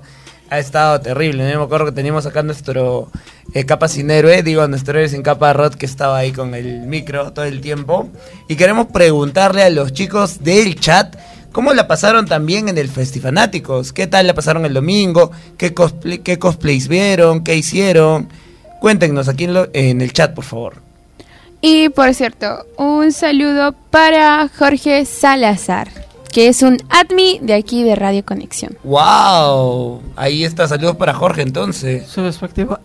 Speaker 6: Ha estado terrible, ¿no? Yo me acuerdo que teníamos acá nuestro eh, capa sin héroe, digo, nuestro héroe sin capa Rod, que estaba ahí con el micro todo el tiempo. Y queremos preguntarle a los chicos del chat cómo la pasaron también en el Festifanáticos. ¿Qué tal la pasaron el domingo? ¿Qué, cosplay- qué cosplays vieron? ¿Qué hicieron?
Speaker 7: Cuéntenos aquí en, lo- en el chat, por favor.
Speaker 2: Y por cierto, un saludo para Jorge Salazar, que es un admin de aquí de Radio Conexión.
Speaker 7: ¡Wow! Ahí está, saludos para Jorge entonces.
Speaker 3: Su respectivo.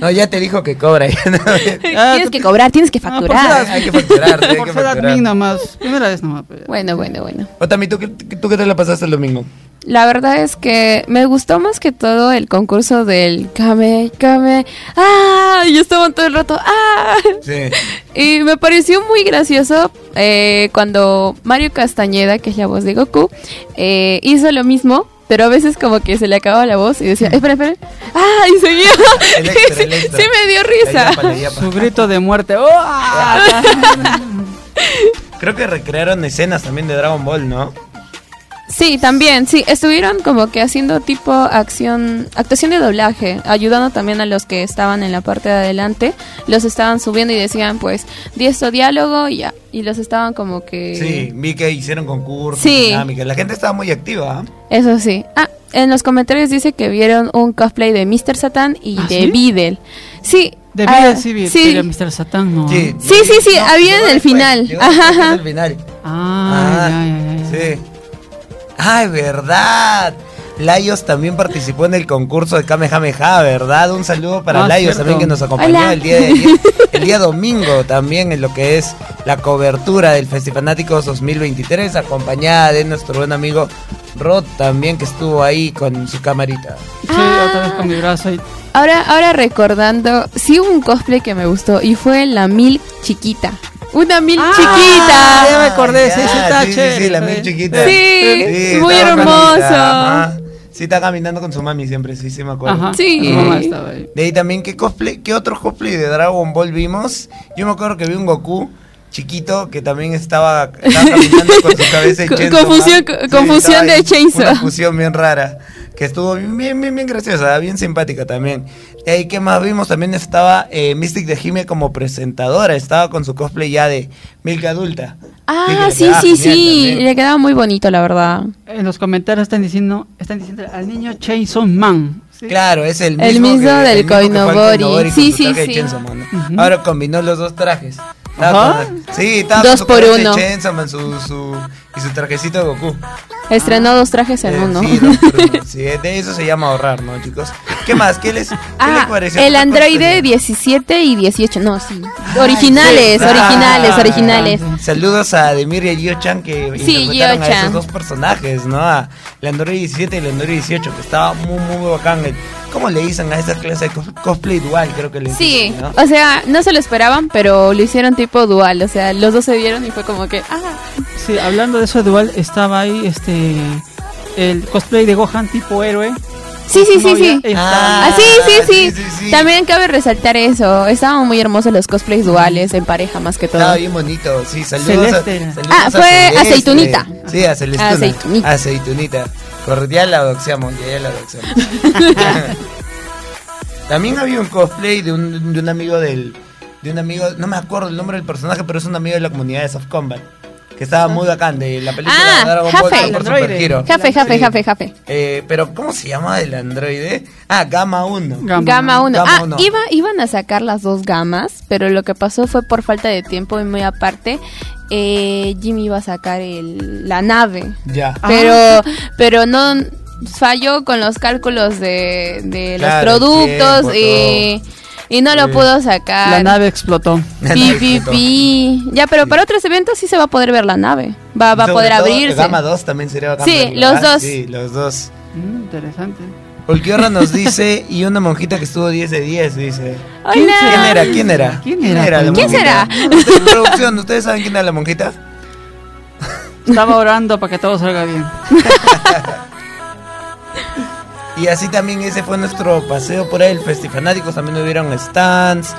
Speaker 7: No, ya te dijo que cobra. ya [laughs] no.
Speaker 2: [laughs] tienes que cobrar, tienes que
Speaker 3: Ah,
Speaker 2: facturar.
Speaker 3: por
Speaker 7: Hay que facturar, hay
Speaker 3: Por
Speaker 7: que
Speaker 3: ser
Speaker 7: facturar.
Speaker 3: admin nomás. Primera vez nomás. pues.
Speaker 2: bueno, bueno, bueno.
Speaker 7: O también, ¿tú, qué- ¿tú qué te la pasaste el domingo?
Speaker 2: La verdad es que me gustó más que todo el concurso del Kame, Kame. ¡Ah! Yo estaba todo el rato. ¡Ah!
Speaker 7: Sí.
Speaker 2: Y me pareció muy gracioso eh, cuando Mario Castañeda, que es la voz de Goku, eh, hizo lo mismo, pero a veces como que se le acababa la voz y decía, espera, espera, ¡ah! Y seguía.
Speaker 7: El extra, el
Speaker 2: [laughs] Sí,
Speaker 7: extra.
Speaker 2: sí me dio
Speaker 7: La
Speaker 2: risa.
Speaker 7: yapa, la yapa.
Speaker 3: Su grito de muerte. ¡Oh!
Speaker 7: Creo que recrearon escenas también de Dragon Ball, ¿no?
Speaker 2: Sí, también, sí, estuvieron como que haciendo tipo acción, actuación de doblaje, ayudando también a los que estaban en la parte de adelante, los estaban subiendo y decían pues, di esto diálogo y ya, y los estaban como que...
Speaker 7: Sí, vi que hicieron concursos,
Speaker 2: Sí.
Speaker 7: dinámicas. La gente estaba muy activa. ¿ah?
Speaker 2: Eso sí. Ah, en los comentarios dice que vieron un cosplay de Mr. Satan y
Speaker 3: ¿Ah,
Speaker 2: de
Speaker 3: sí?
Speaker 2: Beadle. Sí.
Speaker 3: De
Speaker 2: ah,
Speaker 3: vida civil.
Speaker 2: Sí.
Speaker 3: Pero Mr. Satán no.
Speaker 7: Sí,
Speaker 2: Sí, sí, sí, había en el
Speaker 7: después,
Speaker 2: final.
Speaker 7: llegó después
Speaker 2: Ajá.
Speaker 7: del final.
Speaker 3: Ah, ya, ya, ya, ya.
Speaker 7: Sí. Ay, verdad. Layos también participó en el concurso de Kamehameha, ¿verdad? Un saludo para
Speaker 3: Ah,
Speaker 7: Layos
Speaker 3: cierto.
Speaker 7: también que nos acompañó
Speaker 2: Hola.
Speaker 7: el día de
Speaker 2: [laughs]
Speaker 7: ayer. El día domingo también en lo que es la cobertura del Festifanáticos 2023, acompañada de nuestro buen amigo Rod también que estuvo ahí con su camarita.
Speaker 3: Sí, otra
Speaker 2: Ah.
Speaker 3: vez con mi brazo ahí.
Speaker 2: Ahora, ahora recordando, sí hubo un cosplay que me gustó y fue la Mil chiquita. Una Mil
Speaker 3: Ah, ya me
Speaker 2: chiquita.
Speaker 3: acordé, sí,
Speaker 7: Ya,
Speaker 3: sí, está
Speaker 7: sí,
Speaker 3: chévere,
Speaker 7: sí, la
Speaker 3: sí.
Speaker 7: mil chiquita.
Speaker 2: Sí, muy
Speaker 7: estaba con
Speaker 2: hermoso.
Speaker 7: Anita, ajá. Sí, está caminando con su mami siempre, sí, sí me acuerdo.
Speaker 3: Ajá.
Speaker 2: Sí.
Speaker 3: Mi mamá estaba ahí.
Speaker 7: De ahí también, ¿qué, cosplay, ¿qué otro cosplay de Dragon Ball vimos? Yo me acuerdo que vi un Goku chiquito que también estaba,
Speaker 2: [laughs]
Speaker 7: estaba caminando con su cabeza de
Speaker 2: Co-
Speaker 7: Chainsaw
Speaker 2: confusión-
Speaker 7: Man.
Speaker 2: co- confusión
Speaker 7: estaba ahí,
Speaker 2: de Chainsaw.
Speaker 7: Una fusión bien rara. Que estuvo bien, bien, bien, bien graciosa, bien simpática también. De ahí, ¿qué más vimos? También estaba eh, Mystic de Jime como presentadora. Estaba con su cosplay ya de Milka adulta. que
Speaker 2: Ah,
Speaker 7: le
Speaker 2: sí,
Speaker 7: quedaba genial
Speaker 2: sí, sí.
Speaker 7: también.
Speaker 2: Le quedaba muy bonito, la verdad.
Speaker 3: En los comentarios están diciendo, están diciendo al niño Chainsaw Man. ¿sí?
Speaker 7: Claro, es el mismo.
Speaker 2: El mismo
Speaker 7: que-
Speaker 2: del
Speaker 7: el mismo que fue al
Speaker 2: Koinobori.
Speaker 7: Koinobori con
Speaker 2: Sí,
Speaker 7: su
Speaker 2: sí,
Speaker 7: traje de
Speaker 2: sí.
Speaker 7: Chainsaw Man, ¿no? Ahora combinó los dos trajes. Estaba
Speaker 3: Ajá.
Speaker 7: con- sí, estaba
Speaker 2: Dos
Speaker 7: con su
Speaker 2: por
Speaker 7: traje de
Speaker 2: uno.
Speaker 7: Chainsaw Man, su, su- y su trajecito de Goku.
Speaker 2: Estrenó dos trajes en
Speaker 7: Eh,
Speaker 2: uno.
Speaker 7: Sí, dos por
Speaker 2: [laughs]
Speaker 7: uno. Sí, de eso se llama ahorrar, ¿no, chicos? ¿Qué más? ¿Qué les, qué les
Speaker 2: Ah,
Speaker 7: pareció?
Speaker 2: el
Speaker 7: ¿Qué
Speaker 2: androide
Speaker 7: cosplay?
Speaker 2: 17 y 18, no, sí. Originales,
Speaker 7: Ah,
Speaker 2: originales, originales.
Speaker 7: Saludos a Demir y a Gio Chan que
Speaker 2: Sí,
Speaker 7: interpretaron
Speaker 2: Gio
Speaker 7: a esos
Speaker 2: Chan.
Speaker 7: dos personajes, ¿no? A el Android 17 y el Android 18, que estaba muy, muy bacán. El- ¿Cómo le dicen a esa clase de cos- cosplay dual? Creo que le
Speaker 2: Sí,
Speaker 7: dicen, ¿no?
Speaker 2: o sea, no se lo esperaban, pero lo hicieron tipo dual, o sea, los dos se vieron y fue como que, ah,
Speaker 3: Sí, hablando de eso dual, estaba ahí este el cosplay de Gohan tipo héroe.
Speaker 2: sí, sí, sí,
Speaker 3: No,
Speaker 2: sí.
Speaker 3: ya está.
Speaker 2: Ah, sí, sí, sí,
Speaker 7: sí, sí, sí.
Speaker 2: También cabe resaltar eso, estaban muy hermosos los cosplays duales en pareja más que todo.
Speaker 7: Estaba bien bonito, sí, saludos
Speaker 3: Celeste.
Speaker 7: a saludos
Speaker 2: Ah,
Speaker 7: a
Speaker 2: fue
Speaker 7: Celeste.
Speaker 2: Aceitunita.
Speaker 7: Sí, a Celestuna.
Speaker 2: Aceitunita.
Speaker 7: Aceitunita. Corre- ya la doxeamos, ya, ya la doxeamos. También había un cosplay de un, de un amigo del... De un amigo, no me acuerdo el nombre del personaje, pero es un amigo de la comunidad de Soft Combat. Que estaba muy bacán, de la película
Speaker 2: Ah,
Speaker 7: de Dragon Ball
Speaker 2: Jafe.
Speaker 7: Super
Speaker 3: El androide.
Speaker 7: Superhero.
Speaker 2: Jafe, jafe,
Speaker 7: Sí.
Speaker 2: jafe, jafe.
Speaker 7: Eh, pero, ¿cómo se llama el androide? Ah, Gamma 1.
Speaker 2: Gama 1.
Speaker 7: Gama
Speaker 2: ah,
Speaker 7: uno.
Speaker 2: iba- iban a sacar las dos gamas, pero lo que pasó fue por falta de tiempo y muy aparte, eh, Jimmy iba a sacar el- la nave.
Speaker 7: Ya.
Speaker 2: Pero, pero no falló con los cálculos de, de
Speaker 7: Claro,
Speaker 2: los
Speaker 7: el
Speaker 2: productos
Speaker 7: tiempo,
Speaker 2: y, y no lo
Speaker 7: Sí.
Speaker 2: pudo sacar.
Speaker 3: La nave explotó.
Speaker 2: [laughs] Pi, pi, pi. Ya, pero para otros eventos sí se va a poder ver la nave. Va, va a
Speaker 7: Sobre
Speaker 2: poder
Speaker 7: todo,
Speaker 2: abrirse.
Speaker 7: Gama 2 también sería bacán
Speaker 2: Sí,
Speaker 7: verlo,
Speaker 2: los
Speaker 7: ¿verdad?
Speaker 2: dos.
Speaker 7: Sí, los dos.
Speaker 3: Mm, interesante.
Speaker 7: Ulquiorra nos dice, y una monjita que estuvo 10 de 10, dice.
Speaker 2: Hola.
Speaker 7: ¿Quién era? ¿Quién era?
Speaker 3: ¿Quién era?
Speaker 7: la
Speaker 2: ¿Quién
Speaker 7: monjita?
Speaker 2: será?
Speaker 7: Ustedes, Producción, ¿ustedes saben quién era la monjita?
Speaker 3: Estaba orando para que todo salga bien.
Speaker 7: Y así también ese fue nuestro paseo por el Festifanáticos. También hubieron stands,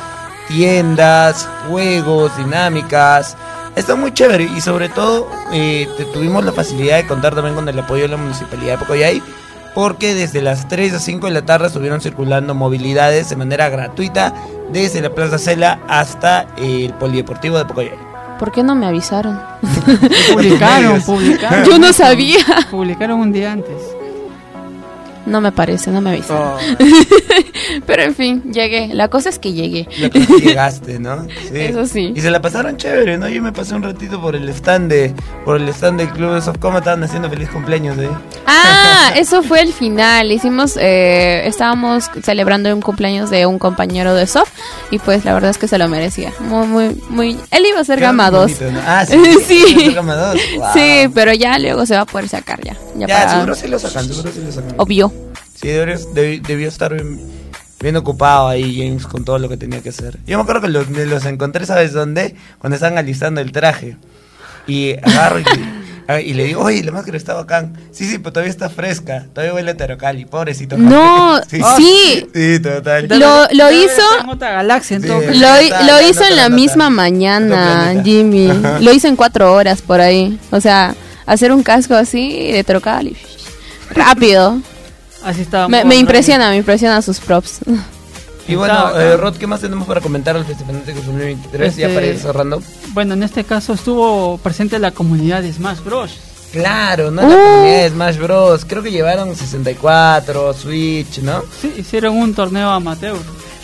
Speaker 7: tiendas, juegos, dinámicas. Está muy chévere y sobre todo eh, te- tuvimos la facilidad de contar también con el apoyo de la Municipalidad de Pocoyay. Porque desde las 3 a 5 de la tarde estuvieron circulando movilidades de manera gratuita desde la Plaza Cela hasta eh, el Polideportivo de Pocoyay.
Speaker 2: ¿Por qué no me avisaron?
Speaker 3: [laughs] Publicaron,
Speaker 7: Medios.
Speaker 3: publicaron.
Speaker 2: Yo no sabía.
Speaker 3: Publicaron un día antes.
Speaker 2: No me aparece, no me avisa. [laughs] Pero en fin, llegué. La cosa es que llegué.
Speaker 6: La cosa que llegaste, ¿no? Sí.
Speaker 2: Eso sí.
Speaker 6: Y se la pasaron chévere, ¿no? Yo me pasé un ratito por el stand de, por el stand del Club de Soft Coma, estaban haciendo feliz cumpleaños ¿eh? ahí.
Speaker 2: Ah, [laughs] eso fue el final. Hicimos, eh, estábamos celebrando un cumpleaños de un compañero de Sof y pues la verdad es que se lo merecía. Muy, muy, muy. Él iba a ser
Speaker 6: Qué
Speaker 2: gama 2.
Speaker 6: bonito, ¿no? Ah, sí. iba a ser gama dos. Wow.
Speaker 2: [laughs] Sí, pero ya luego se va a poder sacar ya. Ya,
Speaker 6: Ya,
Speaker 2: para- Oh.
Speaker 6: seguro sí lo sacan, seguro sí lo sacan.
Speaker 2: Obvio.
Speaker 6: Sí, debió, debi- debió estar bien, bien ocupado ahí James con todo lo que tenía que hacer. Yo me acuerdo que los, me los encontré, ¿sabes dónde? Cuando estaban alistando el traje. Y
Speaker 2: [laughs]
Speaker 6: agarro y, a- y le digo, oye, la máscara está bacán. Sí, sí, pero todavía está fresca. Todavía huele a Terocali, pobrecito. [laughs]
Speaker 2: No, sí.
Speaker 6: Ah, Sí, total.
Speaker 2: Lo- lo
Speaker 3: Debe
Speaker 2: hizo-
Speaker 3: estar en otra galaxia, en
Speaker 6: Sí.
Speaker 3: todo
Speaker 6: Sí.
Speaker 3: caso.
Speaker 2: Lo, hi- lo
Speaker 6: Está hablando
Speaker 2: hizo en la
Speaker 6: con la
Speaker 2: misma
Speaker 6: nota.
Speaker 2: mañana,
Speaker 6: Otro planeta.
Speaker 2: Jimmy.
Speaker 6: [laughs] Ajá.
Speaker 2: Lo hizo en cuatro horas por ahí. O sea, hacer un casco así de trocal
Speaker 6: [laughs]
Speaker 2: y rápido.
Speaker 3: Así estábamos.
Speaker 2: Me, me impresiona, me impresiona sus props. [laughs]
Speaker 6: Y bueno,
Speaker 3: Está
Speaker 6: eh,
Speaker 3: bacán.
Speaker 6: Rod, ¿qué más tenemos para comentar al Festival de Consumir 23? Ya
Speaker 3: Este-
Speaker 6: para ir cerrando.
Speaker 3: Bueno, en este caso estuvo presente la comunidad de Smash Bros.
Speaker 6: Claro, ¿no? La
Speaker 2: Uh.
Speaker 6: comunidad de Smash Bros. Creo que llevaron 64, Switch, ¿no?
Speaker 3: Sí, hicieron un torneo amateur.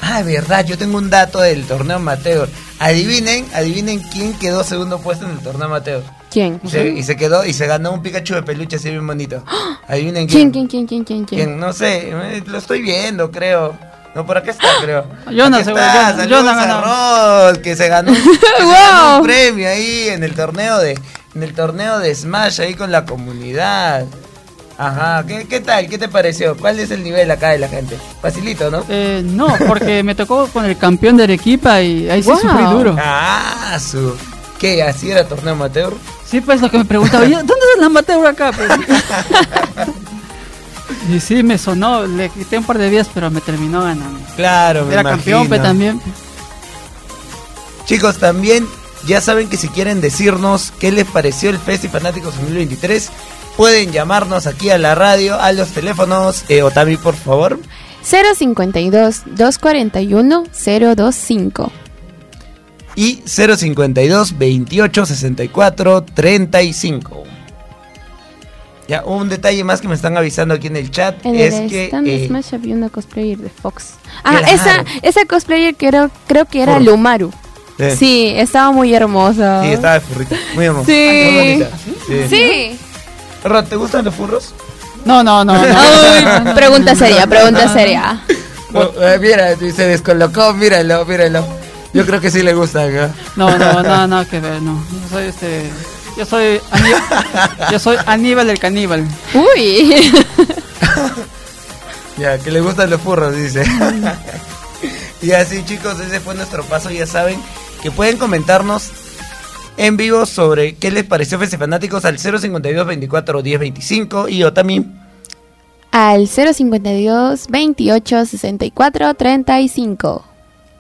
Speaker 6: Ah, verdad, yo tengo un dato del torneo amateur. Adivinen, adivinen quién quedó segundo puesto en el torneo amateur.
Speaker 2: ¿Quién?
Speaker 6: Y se, y se quedó y se ganó un Pikachu de peluche así
Speaker 3: [gasps]
Speaker 6: bien bonito. Adivinen
Speaker 2: ¿Quién,
Speaker 6: quién.
Speaker 2: quién, quién, quién, quién, quién?
Speaker 6: ¿Quién? No sé, eh, lo estoy viendo, creo. No, por
Speaker 3: [gasps]
Speaker 6: acá está, creo.
Speaker 3: Yo no
Speaker 6: Aquí
Speaker 3: sé,
Speaker 6: está,
Speaker 3: yo no- yo
Speaker 6: saludos
Speaker 3: no
Speaker 6: a Rod, que
Speaker 3: [laughs]
Speaker 6: se ganó, que se
Speaker 2: Wow.
Speaker 6: ganó un premio ahí en el torneo de en el torneo de Smash ahí con la comunidad. Ajá, ¿qué, qué tal? ¿Qué te pareció? ¿Cuál es el nivel acá de la gente? Facilito, ¿no?
Speaker 3: Eh, no, porque me tocó con el campeón de Arequipa y ahí sí
Speaker 2: Wow.
Speaker 3: sufrí duro.
Speaker 6: Ah, su. ¿Qué? ¿Así era torneo amateur?
Speaker 3: Sí, pues lo que me preguntaba, yo, ¿dónde es la amateur acá?
Speaker 6: [laughs]
Speaker 3: pues? y sí, me sonó, le quité un par de días, pero me terminó ganando.
Speaker 6: Claro, me
Speaker 3: Era
Speaker 6: imagino.
Speaker 3: campeón, pero también.
Speaker 6: Chicos, también ya saben que si quieren decirnos qué les pareció el Festi Fanáticos 2023, pueden llamarnos aquí a la radio, a los teléfonos. Eh, Otami, por favor.
Speaker 2: 052-241-025.
Speaker 6: Y 052 28 64 35. Ya, un detalle más que me están avisando aquí en el chat
Speaker 2: En
Speaker 6: es
Speaker 2: el
Speaker 6: que.
Speaker 2: stand de
Speaker 6: eh,
Speaker 2: Smash había una cosplayer de Fox. Ah,
Speaker 6: Claro.
Speaker 2: esa, esa cosplayer que era, creo que era
Speaker 6: Por-
Speaker 2: Lumaru.
Speaker 6: eh,
Speaker 2: Sí, estaba muy hermosa.
Speaker 6: sí, estaba de furrito. Muy hermoso.
Speaker 2: Sí.
Speaker 6: Muy bonita. Sí. [laughs]
Speaker 2: Sí.
Speaker 6: Rod, ¿te gustan los furros?
Speaker 3: No, no, no. no.
Speaker 2: [laughs] Ay,
Speaker 3: [laughs]
Speaker 2: pregunta seria, pregunta seria.
Speaker 6: Oh, eh, mira, se descolocó, míralo, míralo. Yo creo que sí le gusta.
Speaker 3: No,
Speaker 6: ¿no?
Speaker 3: no, no, nada que ver, no. Yo soy este. Yo soy. Aníbal, yo soy Aníbal el caníbal.
Speaker 2: Uy. [laughs]
Speaker 6: Ya, que le gustan los furros, dice. [laughs] y así, chicos, ese fue nuestro paso. Ya saben que pueden comentarnos en vivo sobre qué les pareció FC Fanáticos al 052 24 10 25 y yo también.
Speaker 2: Al 052 28 64 35.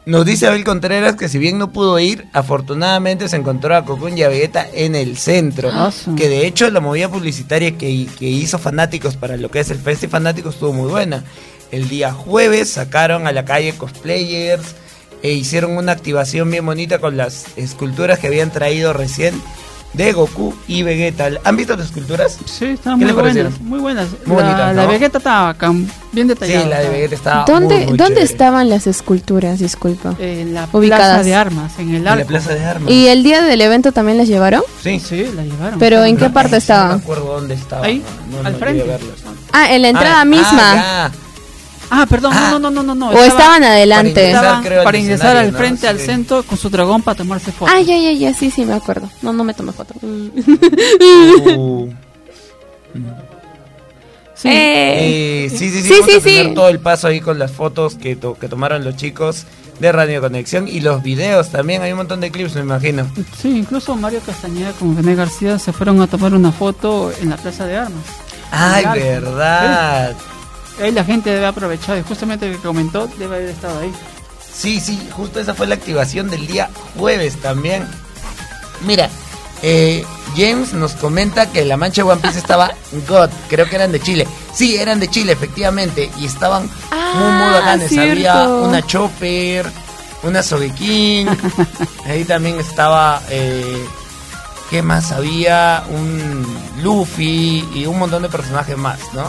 Speaker 6: Nos dice Abel Contreras que si bien no pudo ir, afortunadamente se encontró a Cocoon y a Vegeta en el centro.
Speaker 3: Ah, sí.
Speaker 6: Que de hecho la movida publicitaria que, que hizo Fanáticos para lo que es el Festi Fanáticos estuvo muy buena. El día jueves sacaron a la calle cosplayers e hicieron una activación bien bonita con las esculturas que habían traído recién de Goku y Vegeta. ¿Han visto las esculturas?
Speaker 3: Sí, estaban
Speaker 6: ¿Qué
Speaker 3: muy
Speaker 6: le parecieron?
Speaker 3: buenas, muy buenas.
Speaker 6: Muy
Speaker 3: la,
Speaker 6: bonitas,
Speaker 3: la
Speaker 6: ¿no?
Speaker 3: Vegeta estaba bacán, bien detallada.
Speaker 6: Sí, la de Vegeta estaba
Speaker 2: ¿Dónde,
Speaker 6: Ah, muy, muy
Speaker 2: ¿dónde
Speaker 6: chévere.
Speaker 2: estaban las esculturas? Disculpa.
Speaker 3: En la
Speaker 2: Ubicadas.
Speaker 3: plaza de armas, en el
Speaker 6: En la
Speaker 3: arco.
Speaker 6: Plaza de Armas.
Speaker 2: ¿Y el día del evento también las llevaron?
Speaker 6: Sí.
Speaker 3: Sí, la llevaron.
Speaker 2: Pero en qué
Speaker 6: No,
Speaker 2: parte
Speaker 6: no
Speaker 2: estaba?
Speaker 6: me acuerdo dónde estaba.
Speaker 3: Ahí,
Speaker 6: No, no,
Speaker 3: al
Speaker 6: no
Speaker 3: frente.
Speaker 6: llegué a verlos.
Speaker 2: Ah, en la entrada
Speaker 6: Ah,
Speaker 2: misma.
Speaker 6: ah, ya.
Speaker 3: Ah, perdón,
Speaker 6: Ah.
Speaker 3: no, no, no, no, no.
Speaker 2: ¿O estaban adelante?
Speaker 6: Para ingresar.
Speaker 3: estaban
Speaker 6: creo, al
Speaker 3: para ingresar
Speaker 6: escenario,
Speaker 3: al
Speaker 6: ¿no?
Speaker 3: frente, al
Speaker 6: Sí.
Speaker 3: centro, con su dragón para tomarse fotos.
Speaker 2: Ah, ya, ya, ya, sí, sí, me acuerdo. No, no me tomé foto. Mm.
Speaker 6: Uh,
Speaker 2: [laughs]
Speaker 3: Sí.
Speaker 2: [laughs] Eh,
Speaker 6: eh, sí, sí, sí.
Speaker 2: Sí,
Speaker 6: vamos
Speaker 2: sí,
Speaker 6: a tener
Speaker 2: sí.
Speaker 6: todo el paso ahí con las fotos que, to- que tomaron los chicos de Radio Conexión y los videos también. Hay un montón de clips, me imagino.
Speaker 3: Sí, incluso Mario Castañeda con René García se fueron a tomar una foto en la plaza de armas.
Speaker 6: Ay,
Speaker 3: Claro.
Speaker 6: verdad.
Speaker 3: Ahí la gente debe aprovechar, y justamente el que comentó debe haber estado ahí.
Speaker 6: Sí, sí, justo esa fue la activación del día jueves también. Mira, eh, James nos comenta que la mancha de One Piece estaba [laughs] God, creo que eran de Chile. Sí, eran de Chile, efectivamente, y estaban muy, muy
Speaker 2: Ah,
Speaker 6: bacanes. Había
Speaker 2: cierto.
Speaker 6: una Chopper,
Speaker 2: [laughs]
Speaker 6: una Sogeking, ahí también estaba, eh, ¿qué más? Había un Luffy y un montón de personajes más, ¿no?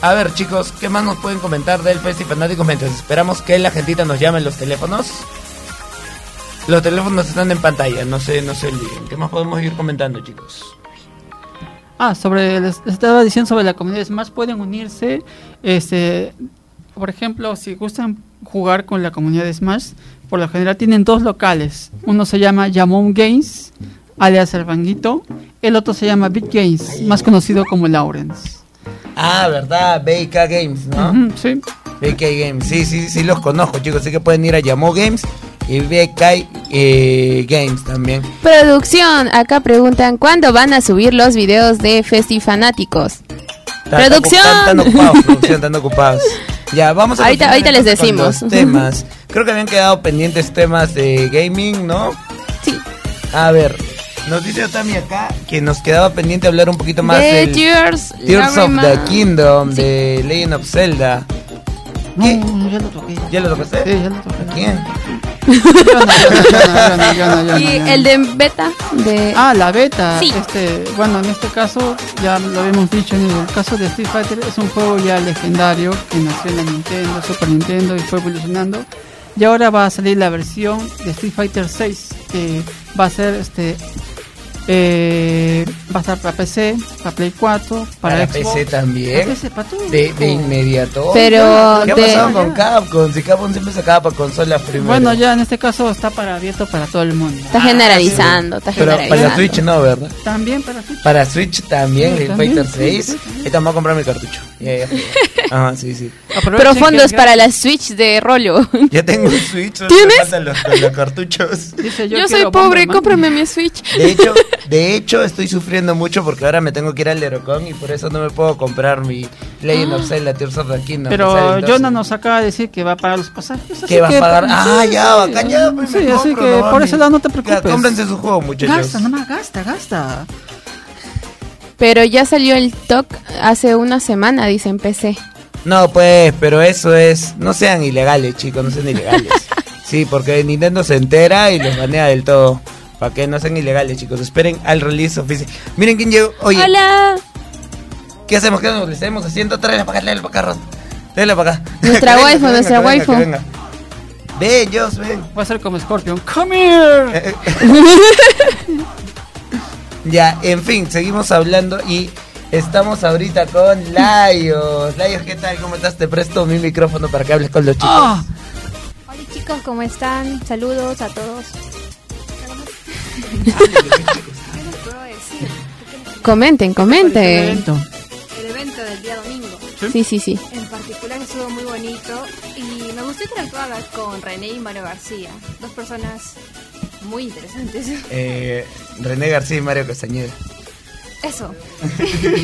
Speaker 6: A ver, chicos, ¿qué más nos pueden comentar del Festi Fanáticos mientras esperamos que la gentita nos llame en los teléfonos? Los teléfonos están en pantalla, no sé, no sé olviden. ¿Qué más podemos ir comentando, chicos?
Speaker 3: Ah, sobre les les estaba diciendo sobre la comunidad Smash pueden unirse, este, por ejemplo, si gustan jugar con la comunidad de Smash, por lo general tienen dos locales. Uno se llama Yamon Games, alias El Vanguito, el otro se llama Big Games, más conocido como Lawrence.
Speaker 6: Ah, ¿verdad? BK Games, ¿no?
Speaker 3: Ujú, sí.
Speaker 6: BK Games, sí, sí, sí, los conozco, chicos. Así que pueden ir a Yamo Games y BK eh, Games también.
Speaker 2: Producción, acá preguntan cuándo van a subir los videos de Festi Fanáticos.
Speaker 6: Tan- tan-
Speaker 2: ¡Producción!
Speaker 6: Tan, tan ocupados, producción,
Speaker 2: [laughs]
Speaker 6: tan ocupados. Ya, vamos a
Speaker 2: Ahorita-
Speaker 6: continuar
Speaker 2: ahorita les
Speaker 6: entonces con
Speaker 2: decimos.
Speaker 6: los temas. Creo que habían quedado pendientes temas de gaming, ¿no?
Speaker 2: Sí.
Speaker 6: A ver, nos dice Otami acá que nos quedaba pendiente hablar un poquito Este más
Speaker 2: de
Speaker 6: del
Speaker 2: Tears,
Speaker 6: Tears of
Speaker 2: Lágrimas.
Speaker 6: the Kingdom de Legend of Zelda. ¿Qué?
Speaker 3: No, ya lo toqué.
Speaker 6: ¿Ya lo tocaste?
Speaker 3: Sí, ya lo toqué.
Speaker 6: ¿A quién?
Speaker 3: Yo no, yo no, yo no, yo no, yo no,
Speaker 2: Y
Speaker 3: yo no.
Speaker 2: el de Beta de
Speaker 3: Ah, la beta.
Speaker 2: Sí.
Speaker 3: Este, bueno, en este caso, ya lo habíamos dicho, en el caso de Street Fighter es un juego ya legendario que nació en la Nintendo, Super Nintendo y fue evolucionando. Y ahora va a salir la versión de Street Fighter 6 que va a ser este eh, va a estar para PC, para Play 4, para,
Speaker 6: Para
Speaker 3: Xbox.
Speaker 6: PC también.
Speaker 3: Para PC, para todo.
Speaker 6: De, de inmediato.
Speaker 2: Pero
Speaker 6: oh, ¿Qué ha
Speaker 2: de-
Speaker 6: pasado con Capcom? Si Capcom siempre sacaba para consolas primero.
Speaker 3: Bueno, ya en este caso está para abierto para todo el mundo.
Speaker 2: está generalizando, está
Speaker 6: Ah, Pero
Speaker 2: generalizando.
Speaker 6: para Switch no, ¿verdad?
Speaker 3: También para Switch.
Speaker 6: Para Switch también,
Speaker 3: Sí,
Speaker 6: el
Speaker 3: también,
Speaker 6: Fighter
Speaker 3: sí,
Speaker 6: 6.
Speaker 3: sí,
Speaker 6: Ahorita me voy a comprar mi
Speaker 3: [laughs]
Speaker 6: cartucho. Ya, ya. Ajá, sí, sí.
Speaker 2: Pero
Speaker 3: Aprovechen
Speaker 2: fondos
Speaker 3: que-
Speaker 2: para la Switch de Rolo.
Speaker 6: Ya tengo un Switch. solo
Speaker 2: ¿Tienes?
Speaker 6: me faltan los, los cartuchos.
Speaker 3: Dice,
Speaker 2: Yo,
Speaker 3: quiero
Speaker 2: soy pobre,
Speaker 3: Bomberman.
Speaker 2: cómprame mi Switch.
Speaker 6: De hecho, de hecho, estoy sufriendo mucho porque ahora me tengo que ir al Lerocon y por eso no me puedo comprar mi Legend of Zelda Tears of the Kingdom. que sale
Speaker 3: Ah. Pero
Speaker 6: el 12.
Speaker 3: Jonah nos acaba de decir que va a pagar los pasajes. así
Speaker 6: ¿Qué va a pagar? Ah,
Speaker 3: sí,
Speaker 6: ya,
Speaker 3: sí,
Speaker 6: bacán, ya. pues,
Speaker 3: Sí,
Speaker 6: me
Speaker 3: así
Speaker 6: compro,
Speaker 3: que
Speaker 6: no,
Speaker 3: por
Speaker 6: mi-
Speaker 3: ese lado no te
Speaker 6: Ya,
Speaker 3: preocupes.
Speaker 6: Cómprense su juego, muchachos.
Speaker 3: Gasta, nomás gasta, gasta.
Speaker 2: Pero ya salió el TOC hace una semana, dice en PC.
Speaker 6: No, pues, pero eso es. No sean ilegales, chicos, no sean ilegales. sí, porque Nintendo se entera y los banea del todo. Para que no sean ilegales, chicos. Esperen al release oficial. Miren quién llegó. Oye,
Speaker 2: Hola,
Speaker 6: ¿qué hacemos? ¿Qué nos hacemos haciendo? Tráela para acá, tráela para acá, Ron. Tráela para acá. [laughs]
Speaker 2: Nuestra
Speaker 6: Que venga,
Speaker 2: waifu,
Speaker 6: que
Speaker 2: nuestra
Speaker 6: venga, que
Speaker 2: waifu.
Speaker 6: venga, que venga. Ven, Dios, ven.
Speaker 3: Va a ser como Scorpion. ¡Come here!
Speaker 6: Eh, eh. ya, en fin, seguimos hablando y estamos ahorita con Laios. Laios, ¿qué tal? ¿Cómo estás? Te presto mi micrófono para que hables con los chicos.
Speaker 3: Ah,
Speaker 8: Hola chicos, ¿cómo están? Saludos a todos. ¿Qué les puedo decir?
Speaker 2: [laughs] comenten, comenten.
Speaker 3: evento.
Speaker 8: El evento del día domingo
Speaker 2: Sí, sí, sí.
Speaker 8: en particular estuvo muy bonito y me gustó interactuar con René y Mario García, dos personas muy interesantes. [laughs]
Speaker 6: Eh, René García y Mario Castañeda.
Speaker 8: Eso,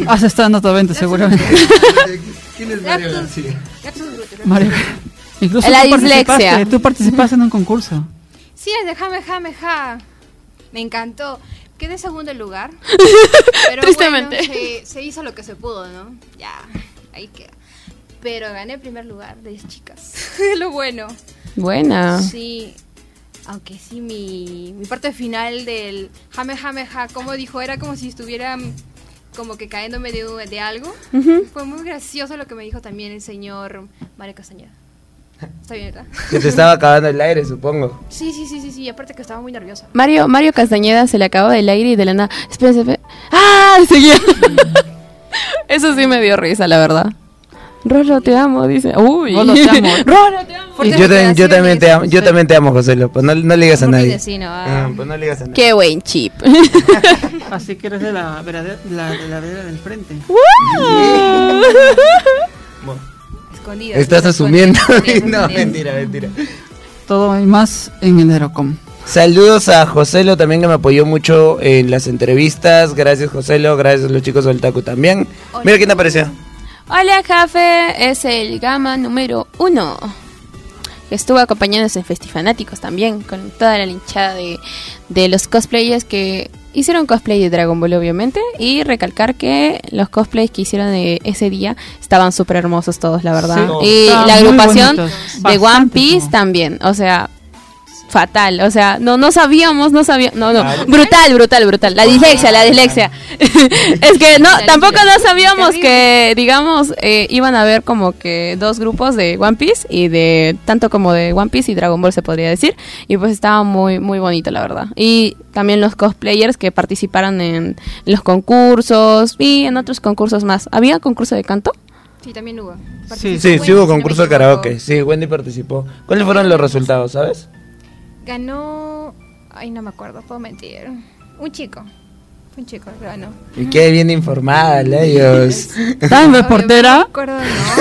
Speaker 3: Has estado en otro evento, seguramente.
Speaker 6: ¿Quién es
Speaker 8: Mario García? Lapsus
Speaker 3: [laughs]
Speaker 8: Brutus.
Speaker 3: Mario. Incluso
Speaker 2: La
Speaker 3: tú participaste,
Speaker 2: dislexia.
Speaker 3: tú participaste en un concurso.
Speaker 8: Sí, el de Jame Jame Ja. Me encantó. Quedé en segundo lugar. Pero
Speaker 2: Tristemente.
Speaker 8: bueno, se, se hizo lo que se pudo, ¿no? Ya, ahí queda. Pero gané el primer lugar de 10 chicas. [laughs] lo bueno.
Speaker 2: Buena.
Speaker 8: Sí. Aunque sí, mi, mi parte final del Jame Jame Ja, como dijo, era como si estuvieran como que caéndome de, u- de algo. Fue muy gracioso lo que me dijo también el señor Mario Castañeda. Está bien, ¿verdad?
Speaker 6: Que te estaba acabando el aire, supongo.
Speaker 8: Sí, sí, sí, sí, sí. Aparte que estaba muy nerviosa.
Speaker 2: Mario, Mario Castañeda se le acabó del aire y de la nada. Espérense, espérense. ¡Ah! [laughs] Seguía. Eso sí me dio risa, la verdad. Rolo, te amo, dice. Uy.
Speaker 3: Rolo, te
Speaker 2: [laughs]
Speaker 3: amo.
Speaker 2: Rolo, te amo.
Speaker 8: Fuertes
Speaker 6: Yo, también- yo también te amo, yo
Speaker 8: declaraciones.
Speaker 6: también te amo, José López. No, no le digas a
Speaker 8: Porque
Speaker 6: nadie.
Speaker 8: vecino, ah.
Speaker 6: Ah, pues no le digas a nadie.
Speaker 2: Qué buen [laughs] chip.
Speaker 3: Así que eres de la vereda, la, de la vereda del frente.
Speaker 2: [laughs]
Speaker 6: [laughs]
Speaker 8: Escondidas,
Speaker 6: Estás
Speaker 8: sí,
Speaker 6: asumiendo. [laughs]
Speaker 8: escondidas,
Speaker 6: no,
Speaker 8: escondidas.
Speaker 6: mentira, mentira.
Speaker 3: Todo y más en el Aerocom.
Speaker 6: Saludos a Joselo también que me apoyó mucho en las entrevistas. Gracias Joselo, gracias a los chicos del Taku también. Mira quién apareció.
Speaker 2: Hola, Jafe. Es el gama número uno. Que estuvo acompañándose en Festifanáticos también. Con toda la linchada de, de los cosplayers que hicieron cosplay de Dragon Ball, obviamente. Y recalcar que los cosplays que hicieron de ese día estaban súper hermosos todos, la verdad.
Speaker 3: Sí,
Speaker 2: y
Speaker 3: estaban
Speaker 2: la
Speaker 3: muy
Speaker 2: agrupación
Speaker 3: bonitos.
Speaker 2: de One
Speaker 3: Bastante
Speaker 2: Piece
Speaker 3: como-
Speaker 2: también. O sea, fatal. O sea, no, no sabíamos, no sabíamos. No, no. Brutal, brutal, brutal. La dislexia, la dislexia. [laughs] es que no,
Speaker 8: La
Speaker 2: tampoco no sabíamos
Speaker 8: Terrible.
Speaker 2: que, digamos, eh, iban a haber como que dos grupos de One Piece y de, tanto como de One Piece y Dragon Ball se podría decir. Y pues estaba muy, muy bonito, la verdad. Y también los cosplayers que participaron en los concursos y en otros concursos más. ¿Había concurso de canto?
Speaker 8: Sí, también hubo.
Speaker 3: Sí,
Speaker 6: Sí,
Speaker 8: Participó
Speaker 6: sí,
Speaker 8: Wendy,
Speaker 6: hubo
Speaker 8: si no me
Speaker 6: concurso de
Speaker 8: equivoco.
Speaker 6: karaoke. Sí, Wendy participó. ¿Cuáles fueron los resultados, sabes?
Speaker 8: Ganó. Ay, no me acuerdo, puedo mentir. Un chico. Un chico ganó.
Speaker 6: Y qué bien informada, ellos.
Speaker 2: ¿Sabes,
Speaker 8: Obvio, No me acuerdo el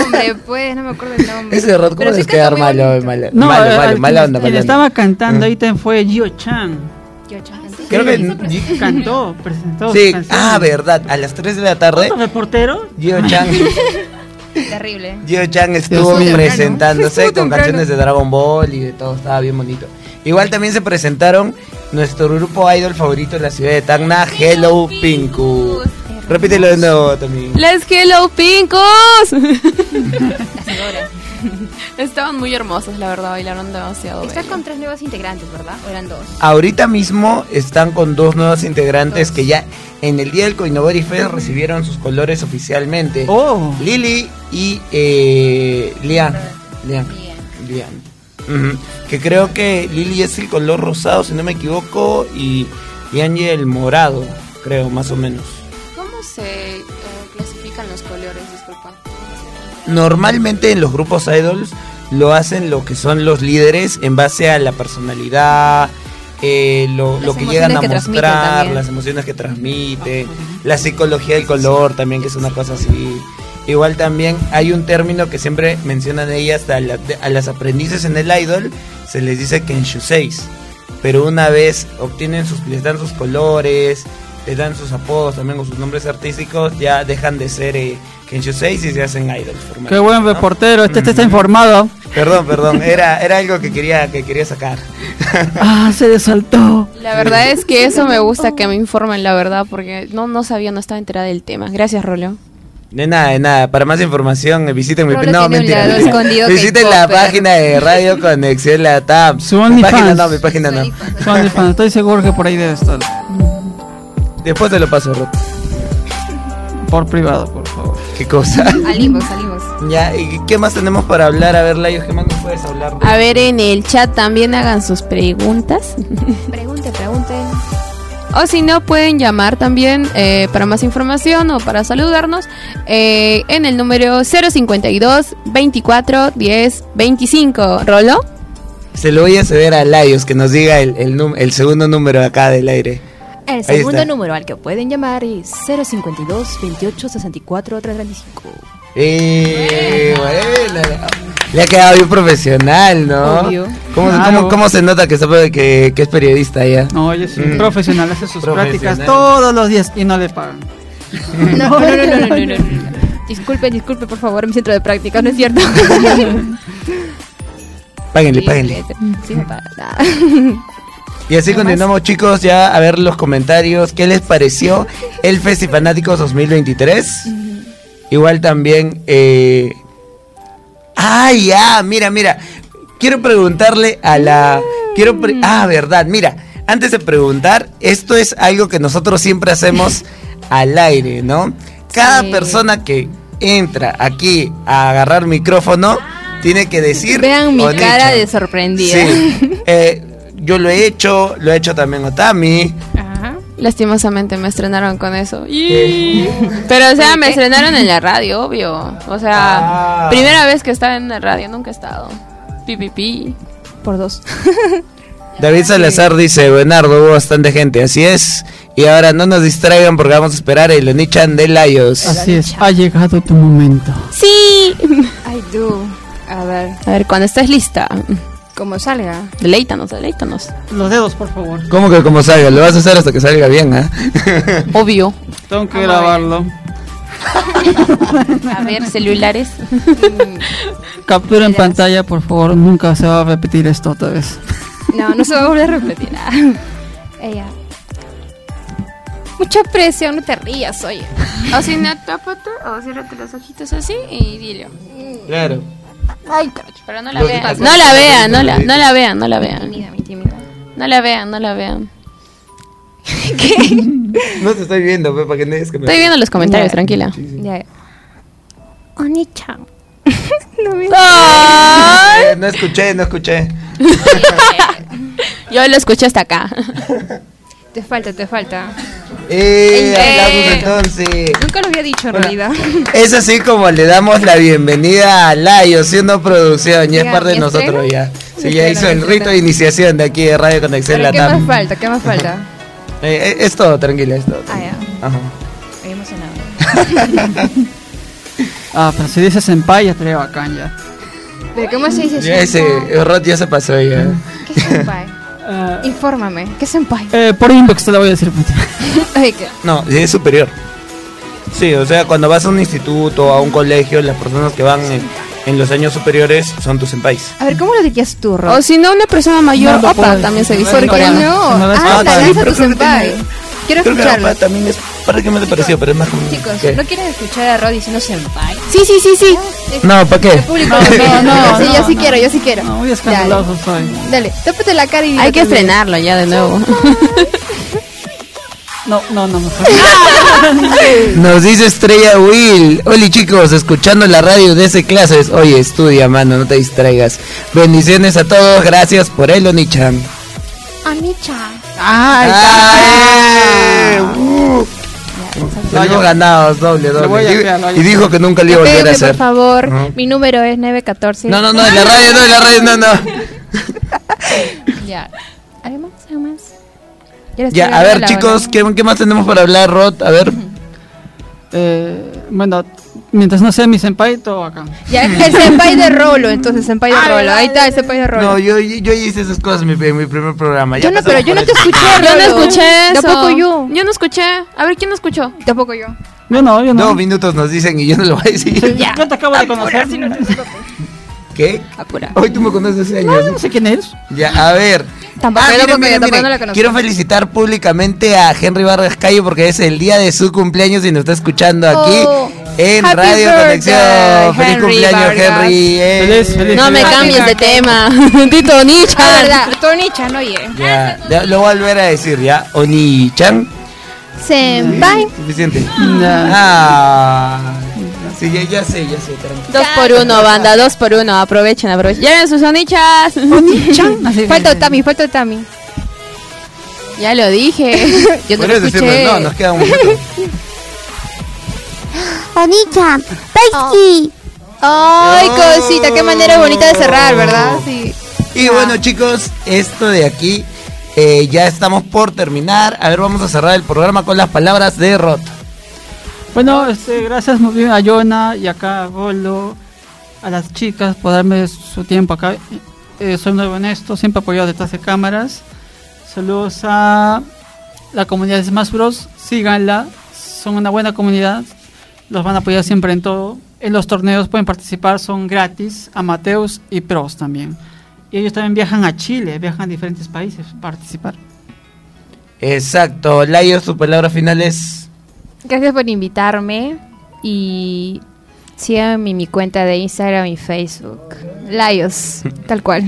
Speaker 8: nombre, pues, no me acuerdo el nombre.
Speaker 6: Ese rod, ¿cómo
Speaker 8: Pero sí
Speaker 6: les
Speaker 8: cantó
Speaker 6: quedar
Speaker 8: muy
Speaker 6: malo, eh,
Speaker 8: bonito.
Speaker 6: malo,
Speaker 3: No, eh,
Speaker 6: malo,
Speaker 3: al- al
Speaker 6: malo, mala
Speaker 3: que
Speaker 6: onda,
Speaker 3: le
Speaker 6: mala onda. Mm.
Speaker 3: estaba cantando ítem fue Gio Chan.
Speaker 8: Yo, chaval, sí.
Speaker 6: Creo que-
Speaker 3: Cantó, presentó.
Speaker 6: Sí,
Speaker 3: su canción.
Speaker 6: ah, verdad, a las 3 de la tarde,
Speaker 3: ¿Otro reportero?
Speaker 6: Gio Chan, [laughs]
Speaker 8: Terrible.
Speaker 6: Gio Chan estuvo
Speaker 8: temprano. Estuvo
Speaker 6: presentándose con
Speaker 8: temprano.
Speaker 6: canciones de Dragon Ball y de todo, estaba bien bonito. Igual también se presentaron nuestro grupo idol favorito de la ciudad de Tacna, Hello Pinku. Repítelo de nuevo, Tommy.
Speaker 2: ¡Let's Hello Pincos! [laughs] Estaban muy hermosos, la verdad, bailaron demasiado.
Speaker 8: Está
Speaker 2: bello.
Speaker 8: con tres nuevos integrantes, ¿verdad? O eran dos.
Speaker 6: Ahorita mismo están con dos nuevos integrantes que ya en el día del Coinobori Fest recibieron sus colores oficialmente.
Speaker 3: Oh,
Speaker 6: Lili y eh, Lian. Lian. Lian. Ujú. Que creo que Lili es el color rosado, si no me equivoco, y Lian y el morado, creo, más o menos.
Speaker 2: ¿Cómo se eh, clasifican los colores? Disculpa.
Speaker 6: Normalmente en los grupos idols lo hacen lo que son los líderes en base a la personalidad, eh, lo,
Speaker 8: Las
Speaker 6: lo que
Speaker 8: emociones
Speaker 6: llegan a
Speaker 8: que transmiten
Speaker 6: mostrar,
Speaker 8: también.
Speaker 6: las emociones que transmite, la psicología del color también, que es una cosa así. Igual también hay un término que siempre mencionan ellas a, la- a las aprendices en el idol, se les dice que en pero una vez obtienen sus, les dan sus colores, les dan sus apodos también con sus nombres artísticos, ya dejan de ser eh, Kenshu 6 y se hacen idols. formalmente,
Speaker 3: qué buen
Speaker 6: ¿no?
Speaker 3: reportero. Este, este está
Speaker 6: Ujú.
Speaker 3: informado.
Speaker 6: Perdón, perdón, era, era algo que quería, que quería sacar.
Speaker 3: Ah, se desaltó.
Speaker 2: La verdad es que eso me
Speaker 6: [laughs]
Speaker 2: gusta que me informen, la verdad, porque no, no sabía, no estaba enterada del tema. Gracias, Rolo.
Speaker 6: De nada, de nada. Para más información, eh, visiten mi
Speaker 8: Rolo
Speaker 6: No,
Speaker 8: tiene un
Speaker 6: mentira.
Speaker 8: lado escondido que
Speaker 6: visiten la
Speaker 8: Cooper.
Speaker 6: página de Radio Conexión Latam.
Speaker 3: Su
Speaker 6: Mi página
Speaker 3: OnlyFans.
Speaker 6: no, mi página no.
Speaker 8: Sonic,
Speaker 3: Son fan, estoy seguro que por ahí debe estar.
Speaker 6: Después te lo paso, Ruth.
Speaker 3: Por privado, por favor.
Speaker 6: Qué cosa.
Speaker 8: Al inbox, al inbox.
Speaker 6: ya, ¿y qué más tenemos para hablar? A ver, Layo, ¿qué más nos puedes hablar?
Speaker 2: A ver, en el chat también hagan sus preguntas.
Speaker 8: Pregunte, pregunte.
Speaker 2: O si no, pueden llamar también eh, para más información o para saludarnos eh, en el número 052 24 10 25. ¿Rolo?
Speaker 6: Se lo voy a ceder a Layos que nos diga el, el, num- el segundo número acá del aire.
Speaker 7: El
Speaker 6: Ahí
Speaker 7: segundo
Speaker 6: está.
Speaker 7: número al que pueden llamar es 052 28 64 335.
Speaker 6: Eh, bueno. Le ha quedado bien profesional, ¿no?
Speaker 7: Obvio.
Speaker 6: ¿Cómo,
Speaker 8: Ah,
Speaker 3: Claro.
Speaker 6: cómo- cómo se nota que, sabe que, que es periodista ya?
Speaker 3: No, yo soy
Speaker 6: Mm.
Speaker 3: profesional, hace sus
Speaker 6: Profesional.
Speaker 3: prácticas todos los días y no le pagan.
Speaker 7: No, no, no, no, no, no, no. Disculpe, disculpe, por favor, mi centro de práctica, ¿no es cierto?
Speaker 6: Páguenle, páguenle.
Speaker 7: Sí, para nada.
Speaker 6: Y así continuamos, chicos, ya a ver los comentarios. ¿Qué les pareció el Festifanáticos 2023? Igual también. Eh... ¡Ah, ya! Mira, mira. Quiero preguntarle a la. Quiero pre- Ah, verdad, mira. Antes de preguntar, esto es algo que nosotros siempre
Speaker 7: [laughs]
Speaker 6: hacemos al aire, ¿no? Cada persona que entra aquí a agarrar micrófono tiene que decir.
Speaker 7: Vean mi
Speaker 6: o
Speaker 7: cara
Speaker 6: dicho.
Speaker 7: de sorprendida. [laughs]
Speaker 6: Sí. Eh, yo lo he hecho, lo ha hecho también Otami.
Speaker 2: Lastimosamente me estrenaron con eso. Pero, o sea, me estrenaron en la radio, obvio. O sea,
Speaker 6: Ah.
Speaker 2: primera vez que estaba en la radio, nunca he estado. Pi, pi, pi.
Speaker 7: Por dos.
Speaker 6: David Salazar dice, Buenardo, hubo bastante gente, así es. Y ahora no nos distraigan porque vamos a esperar el Onichan de Layos.
Speaker 3: Así es, ha llegado tu momento.
Speaker 2: Sí.
Speaker 8: I do. A ver,
Speaker 2: A ver, cuando estés lista,
Speaker 8: como salga.
Speaker 2: deleítanos, deleítanos.
Speaker 3: Los dedos, por favor.
Speaker 6: ¿Cómo que como salga? Lo vas a hacer hasta que salga bien, ¿ah?
Speaker 2: Obvio.
Speaker 3: Tengo que grabarlo.
Speaker 2: A ver, celulares.
Speaker 3: Captura en pantalla, por favor. Nunca se va a repetir esto otra vez.
Speaker 8: No, no se va a volver a repetir. Ah. Ella. Mucho aprecio, no te rías, oye.
Speaker 2: O si no, tápate o ciérrate los ojitos así y dile.
Speaker 6: Claro.
Speaker 2: Ay, carajo, pero no la
Speaker 6: Los
Speaker 2: vean.
Speaker 6: ojitos.
Speaker 2: No la vean, no la, no la vean, no la vean.
Speaker 8: Tímida, mi tímida.
Speaker 2: No la vean, no la vean.
Speaker 6: No te estoy viendo, Pepa, que no es que me-
Speaker 2: Estoy viendo los comentarios,
Speaker 7: Ya.
Speaker 2: tranquila.
Speaker 6: Sí, sí.
Speaker 7: Ya, ya.
Speaker 8: [laughs]
Speaker 2: Oni-chan.
Speaker 6: Eh, no escuché, no escuché.
Speaker 2: Yo lo escuché hasta acá.
Speaker 8: Te falta, te falta.
Speaker 6: Eh,
Speaker 8: Eh.
Speaker 6: hablamos entonces.
Speaker 8: Nunca lo había dicho en
Speaker 6: Hola.
Speaker 8: realidad.
Speaker 6: [laughs] Es así como le damos la bienvenida a Layo, siendo producción, ya es
Speaker 8: Ya,
Speaker 6: parte de
Speaker 8: ¿ya
Speaker 6: nosotros
Speaker 8: estreno?
Speaker 6: ya. Sí,
Speaker 8: Ya
Speaker 6: ya
Speaker 8: estreno,
Speaker 6: hizo
Speaker 8: ya
Speaker 6: el rito
Speaker 8: estreno.
Speaker 6: de iniciación de aquí de Radio Conexión
Speaker 8: Pero ¿Qué más
Speaker 6: Latam.
Speaker 8: falta? ¿Qué más
Speaker 6: [laughs]
Speaker 8: falta?
Speaker 6: Eh, eh, es todo, tranquila, es todo.
Speaker 8: Ah, ya.
Speaker 6: Ajá.
Speaker 8: Me emocionado.
Speaker 3: Ah, pero si dices senpai ya estaría bacán ya.
Speaker 8: ¿Pero cómo se dice
Speaker 6: Ya ese
Speaker 8: senpai?
Speaker 6: el rot ya se pasó ya.
Speaker 8: ¿Qué es senpai? Infórmame, ¿qué es senpai? [laughs]
Speaker 3: eh, por inbox te lo voy a decir.
Speaker 8: Ay, ¿qué?
Speaker 6: No, ya es superior. Sí, o sea, cuando vas a un instituto, a un colegio, las personas que van en, en los años superiores son tus senpais.
Speaker 8: A ver, ¿cómo lo dirías tú, Ro?
Speaker 2: O si no, una persona mayor,
Speaker 3: No lo
Speaker 2: opa,
Speaker 3: puedo
Speaker 2: también se dice
Speaker 8: ¿Por
Speaker 2: en
Speaker 8: qué
Speaker 2: coreano.
Speaker 8: no?
Speaker 3: Se me va a
Speaker 8: Ah,
Speaker 6: escapar.
Speaker 8: tal vez a
Speaker 6: Pero
Speaker 8: tu
Speaker 6: creo que
Speaker 8: senpai.
Speaker 6: tiene-
Speaker 8: Quiero
Speaker 6: Creo que la
Speaker 8: escucharlo.
Speaker 6: papá también es para que me te pareció, pero es más como-
Speaker 8: Chicos,
Speaker 6: ¿Qué?
Speaker 8: ¿no quieren escuchar a Ro diciendo senpai?
Speaker 2: Sí, sí, sí, sí.
Speaker 6: [laughs] No, ¿para qué?
Speaker 8: Público,
Speaker 3: No,
Speaker 8: no,
Speaker 3: no,
Speaker 8: sí,
Speaker 3: no,
Speaker 8: yo sí
Speaker 3: no.
Speaker 8: quiero, yo sí
Speaker 2: Ah,
Speaker 8: quiero.
Speaker 3: No, muy escandaloso soy.
Speaker 8: Dale, dale, tópate la cara y
Speaker 2: Hay
Speaker 8: dilo
Speaker 2: que
Speaker 8: también.
Speaker 2: estrenarlo ya de nuevo.
Speaker 3: No, no, no, mejor.
Speaker 6: Nos dice Estrella Will. Oli chicos, escuchando la radio de ese clases. Oye, estudia, mano, no te distraigas. Bendiciones a todos, gracias por el Onichan.
Speaker 3: Ah.
Speaker 6: Onichan. Tenemos ganados, doble,
Speaker 3: Lo voy a
Speaker 6: doble.
Speaker 3: enviar, lo voy
Speaker 6: Y,
Speaker 3: a
Speaker 6: y dijo que nunca le iba a volver a
Speaker 7: Pégame,
Speaker 6: hacer.
Speaker 7: por favor.
Speaker 6: Ajá.
Speaker 7: Mi número es 914.
Speaker 6: No,
Speaker 2: Ah.
Speaker 6: no, no, en la radio, no, en la radio, no, no.
Speaker 7: Ya. ¿Algo más? ¿Algo más?
Speaker 6: Ya, a ver, chicos, ¿qué, qué más tenemos para hablar, Rod? A ver.
Speaker 3: Eh, bueno, mientras no sea mi senpai, todo bacán.
Speaker 7: Ya, el senpai de Rolo, entonces, senpai de Rolo. Ahí está, el senpai de Rolo.
Speaker 6: No, yo, yo hice esas cosas en mi, en mi primer programa. Ya
Speaker 7: yo no, pero
Speaker 6: pasamos
Speaker 7: yo no
Speaker 6: por
Speaker 7: te
Speaker 6: eso.
Speaker 7: escuché,
Speaker 2: Yo no
Speaker 7: Rolo.
Speaker 2: escuché eso.
Speaker 7: Tampoco yo.
Speaker 2: Yo no escuché. A ver, ¿quién no escuchó?
Speaker 8: Tampoco yo.
Speaker 3: Yo no, yo no.
Speaker 6: Dos minutos nos dicen y yo no lo voy a decir.
Speaker 3: ya. Yo te acabo de conocer. [laughs]
Speaker 6: ¿Qué?
Speaker 2: Apura.
Speaker 6: Hoy tú me conoces hace años.
Speaker 3: No sé quién eres.
Speaker 6: Ya, a ver.
Speaker 8: Tampoco,
Speaker 6: Ah,
Speaker 8: yo tampoco,
Speaker 6: miren, miren,
Speaker 8: yo tampoco
Speaker 6: miren.
Speaker 8: no la conozco.
Speaker 6: Quiero felicitar públicamente a Henry Vargas Calle porque es el día de su cumpleaños y nos está escuchando aquí
Speaker 7: Oh,
Speaker 6: en
Speaker 7: happy
Speaker 6: Radio
Speaker 7: birthday,
Speaker 6: Conexión. Feliz
Speaker 7: Henry
Speaker 6: cumpleaños,
Speaker 7: Vargas.
Speaker 6: Henry. eh.
Speaker 3: Feliz, feliz.
Speaker 2: No me
Speaker 3: Happy
Speaker 2: cambies de
Speaker 8: birthday.
Speaker 6: [laughs]
Speaker 2: tema. Tito
Speaker 8: Ah,
Speaker 2: Nichan.
Speaker 8: verdad, Tony-chan, oye.
Speaker 6: Ya, ya, lo voy a volver a decir, ¿ya? Oni-chan.
Speaker 7: Senpai.
Speaker 6: Suficiente.
Speaker 3: Ya.
Speaker 6: Ah. Sí, ya, ya sé, ya sé, tranquilo.
Speaker 2: Dos por uno, banda, dos por uno. Aprovechen, aprovechen. Lleven sus onichas. [laughs]
Speaker 3: Así-
Speaker 8: Falta Otami, falta Otami.
Speaker 2: Ya lo dije.
Speaker 6: [laughs]
Speaker 2: Yo no lo
Speaker 6: ¿Puedes decirnos?
Speaker 2: escuché.
Speaker 6: No, nos queda
Speaker 2: [laughs]
Speaker 6: un minuto.
Speaker 9: Onichan,
Speaker 8: Oh.
Speaker 9: Pesky.
Speaker 7: Ay, cosita, qué manera bonita de cerrar, ¿verdad? Sí.
Speaker 6: Y bueno chicos, esto de aquí eh, ya estamos por terminar. A ver, vamos a cerrar el programa con las palabras de Rot.
Speaker 3: Bueno, este, gracias muy bien a Jonah y acá a Bolo, a las chicas por darme su tiempo acá. Eh, soy nuevo en esto, siempre apoyado detrás de cámaras. Saludos a la comunidad de Smash Bros. Síganla, son una buena comunidad, los van a apoyar siempre en todo. En los torneos pueden participar, son gratis, amateos y pros también. Y ellos también viajan a Chile, viajan a diferentes países a participar.
Speaker 6: Exacto, Layo, sus palabras finales.
Speaker 7: Gracias por invitarme y síganme en mi cuenta de Instagram y Facebook. Layos, tal cual.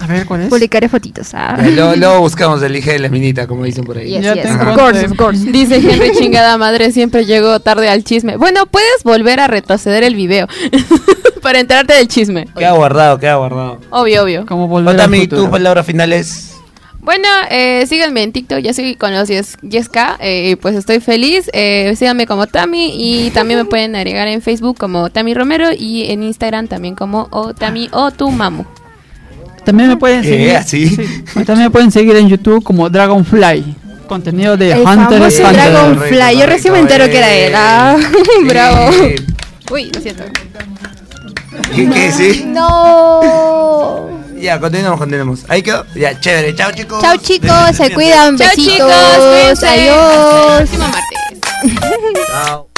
Speaker 3: A ver, ¿cuál es?
Speaker 7: Publicaré fotitos. Ah.
Speaker 6: Ya, luego, luego buscamos el hija de la minita, como dicen por ahí.
Speaker 7: Yes,
Speaker 3: Ya
Speaker 7: yes.
Speaker 3: tengo
Speaker 7: Of course,
Speaker 3: antes.
Speaker 7: of course. [laughs]
Speaker 2: Dice Henry chingada madre, siempre llegó tarde al chisme. Bueno, puedes volver a retroceder el video [laughs] para enterarte del chisme.
Speaker 6: Queda guardado, queda guardado.
Speaker 2: Obvio, obvio.
Speaker 3: Como volver al
Speaker 6: Otami, tus
Speaker 3: futuro.
Speaker 6: palabras finales.
Speaker 2: Bueno, eh, síganme en TikTok, ya soy con los 10, 10K, eh, pues estoy feliz. Eh, síganme como Tami y también [laughs] me pueden agregar en Facebook como Tami Romero y en Instagram también como o Tami o tu mamu.
Speaker 3: También me pueden
Speaker 6: ¿Qué?
Speaker 3: seguir.
Speaker 6: ¿Así?
Speaker 3: sí. También me pueden seguir en YouTube como Dragonfly. Contenido de
Speaker 7: El
Speaker 3: Hunter x
Speaker 7: famoso
Speaker 3: Hunter.
Speaker 7: Dragonfly. Yo recién me entero que era él. Ah, [laughs]
Speaker 6: Sí.
Speaker 7: bravo.
Speaker 2: Uy, lo siento.
Speaker 6: ¿Qué,
Speaker 7: [laughs]
Speaker 6: qué, sí?
Speaker 7: No.
Speaker 6: Ya, continuamos, continuamos. Ahí quedó. Ya, chévere. Chao, chicos.
Speaker 7: Chao chicos, se
Speaker 6: Cuídense.
Speaker 7: cuidan.
Speaker 2: Chao
Speaker 7: Besitos.
Speaker 2: chicos, cuídense. Hasta el
Speaker 7: Adiós.
Speaker 2: próximo martes.
Speaker 6: Chao.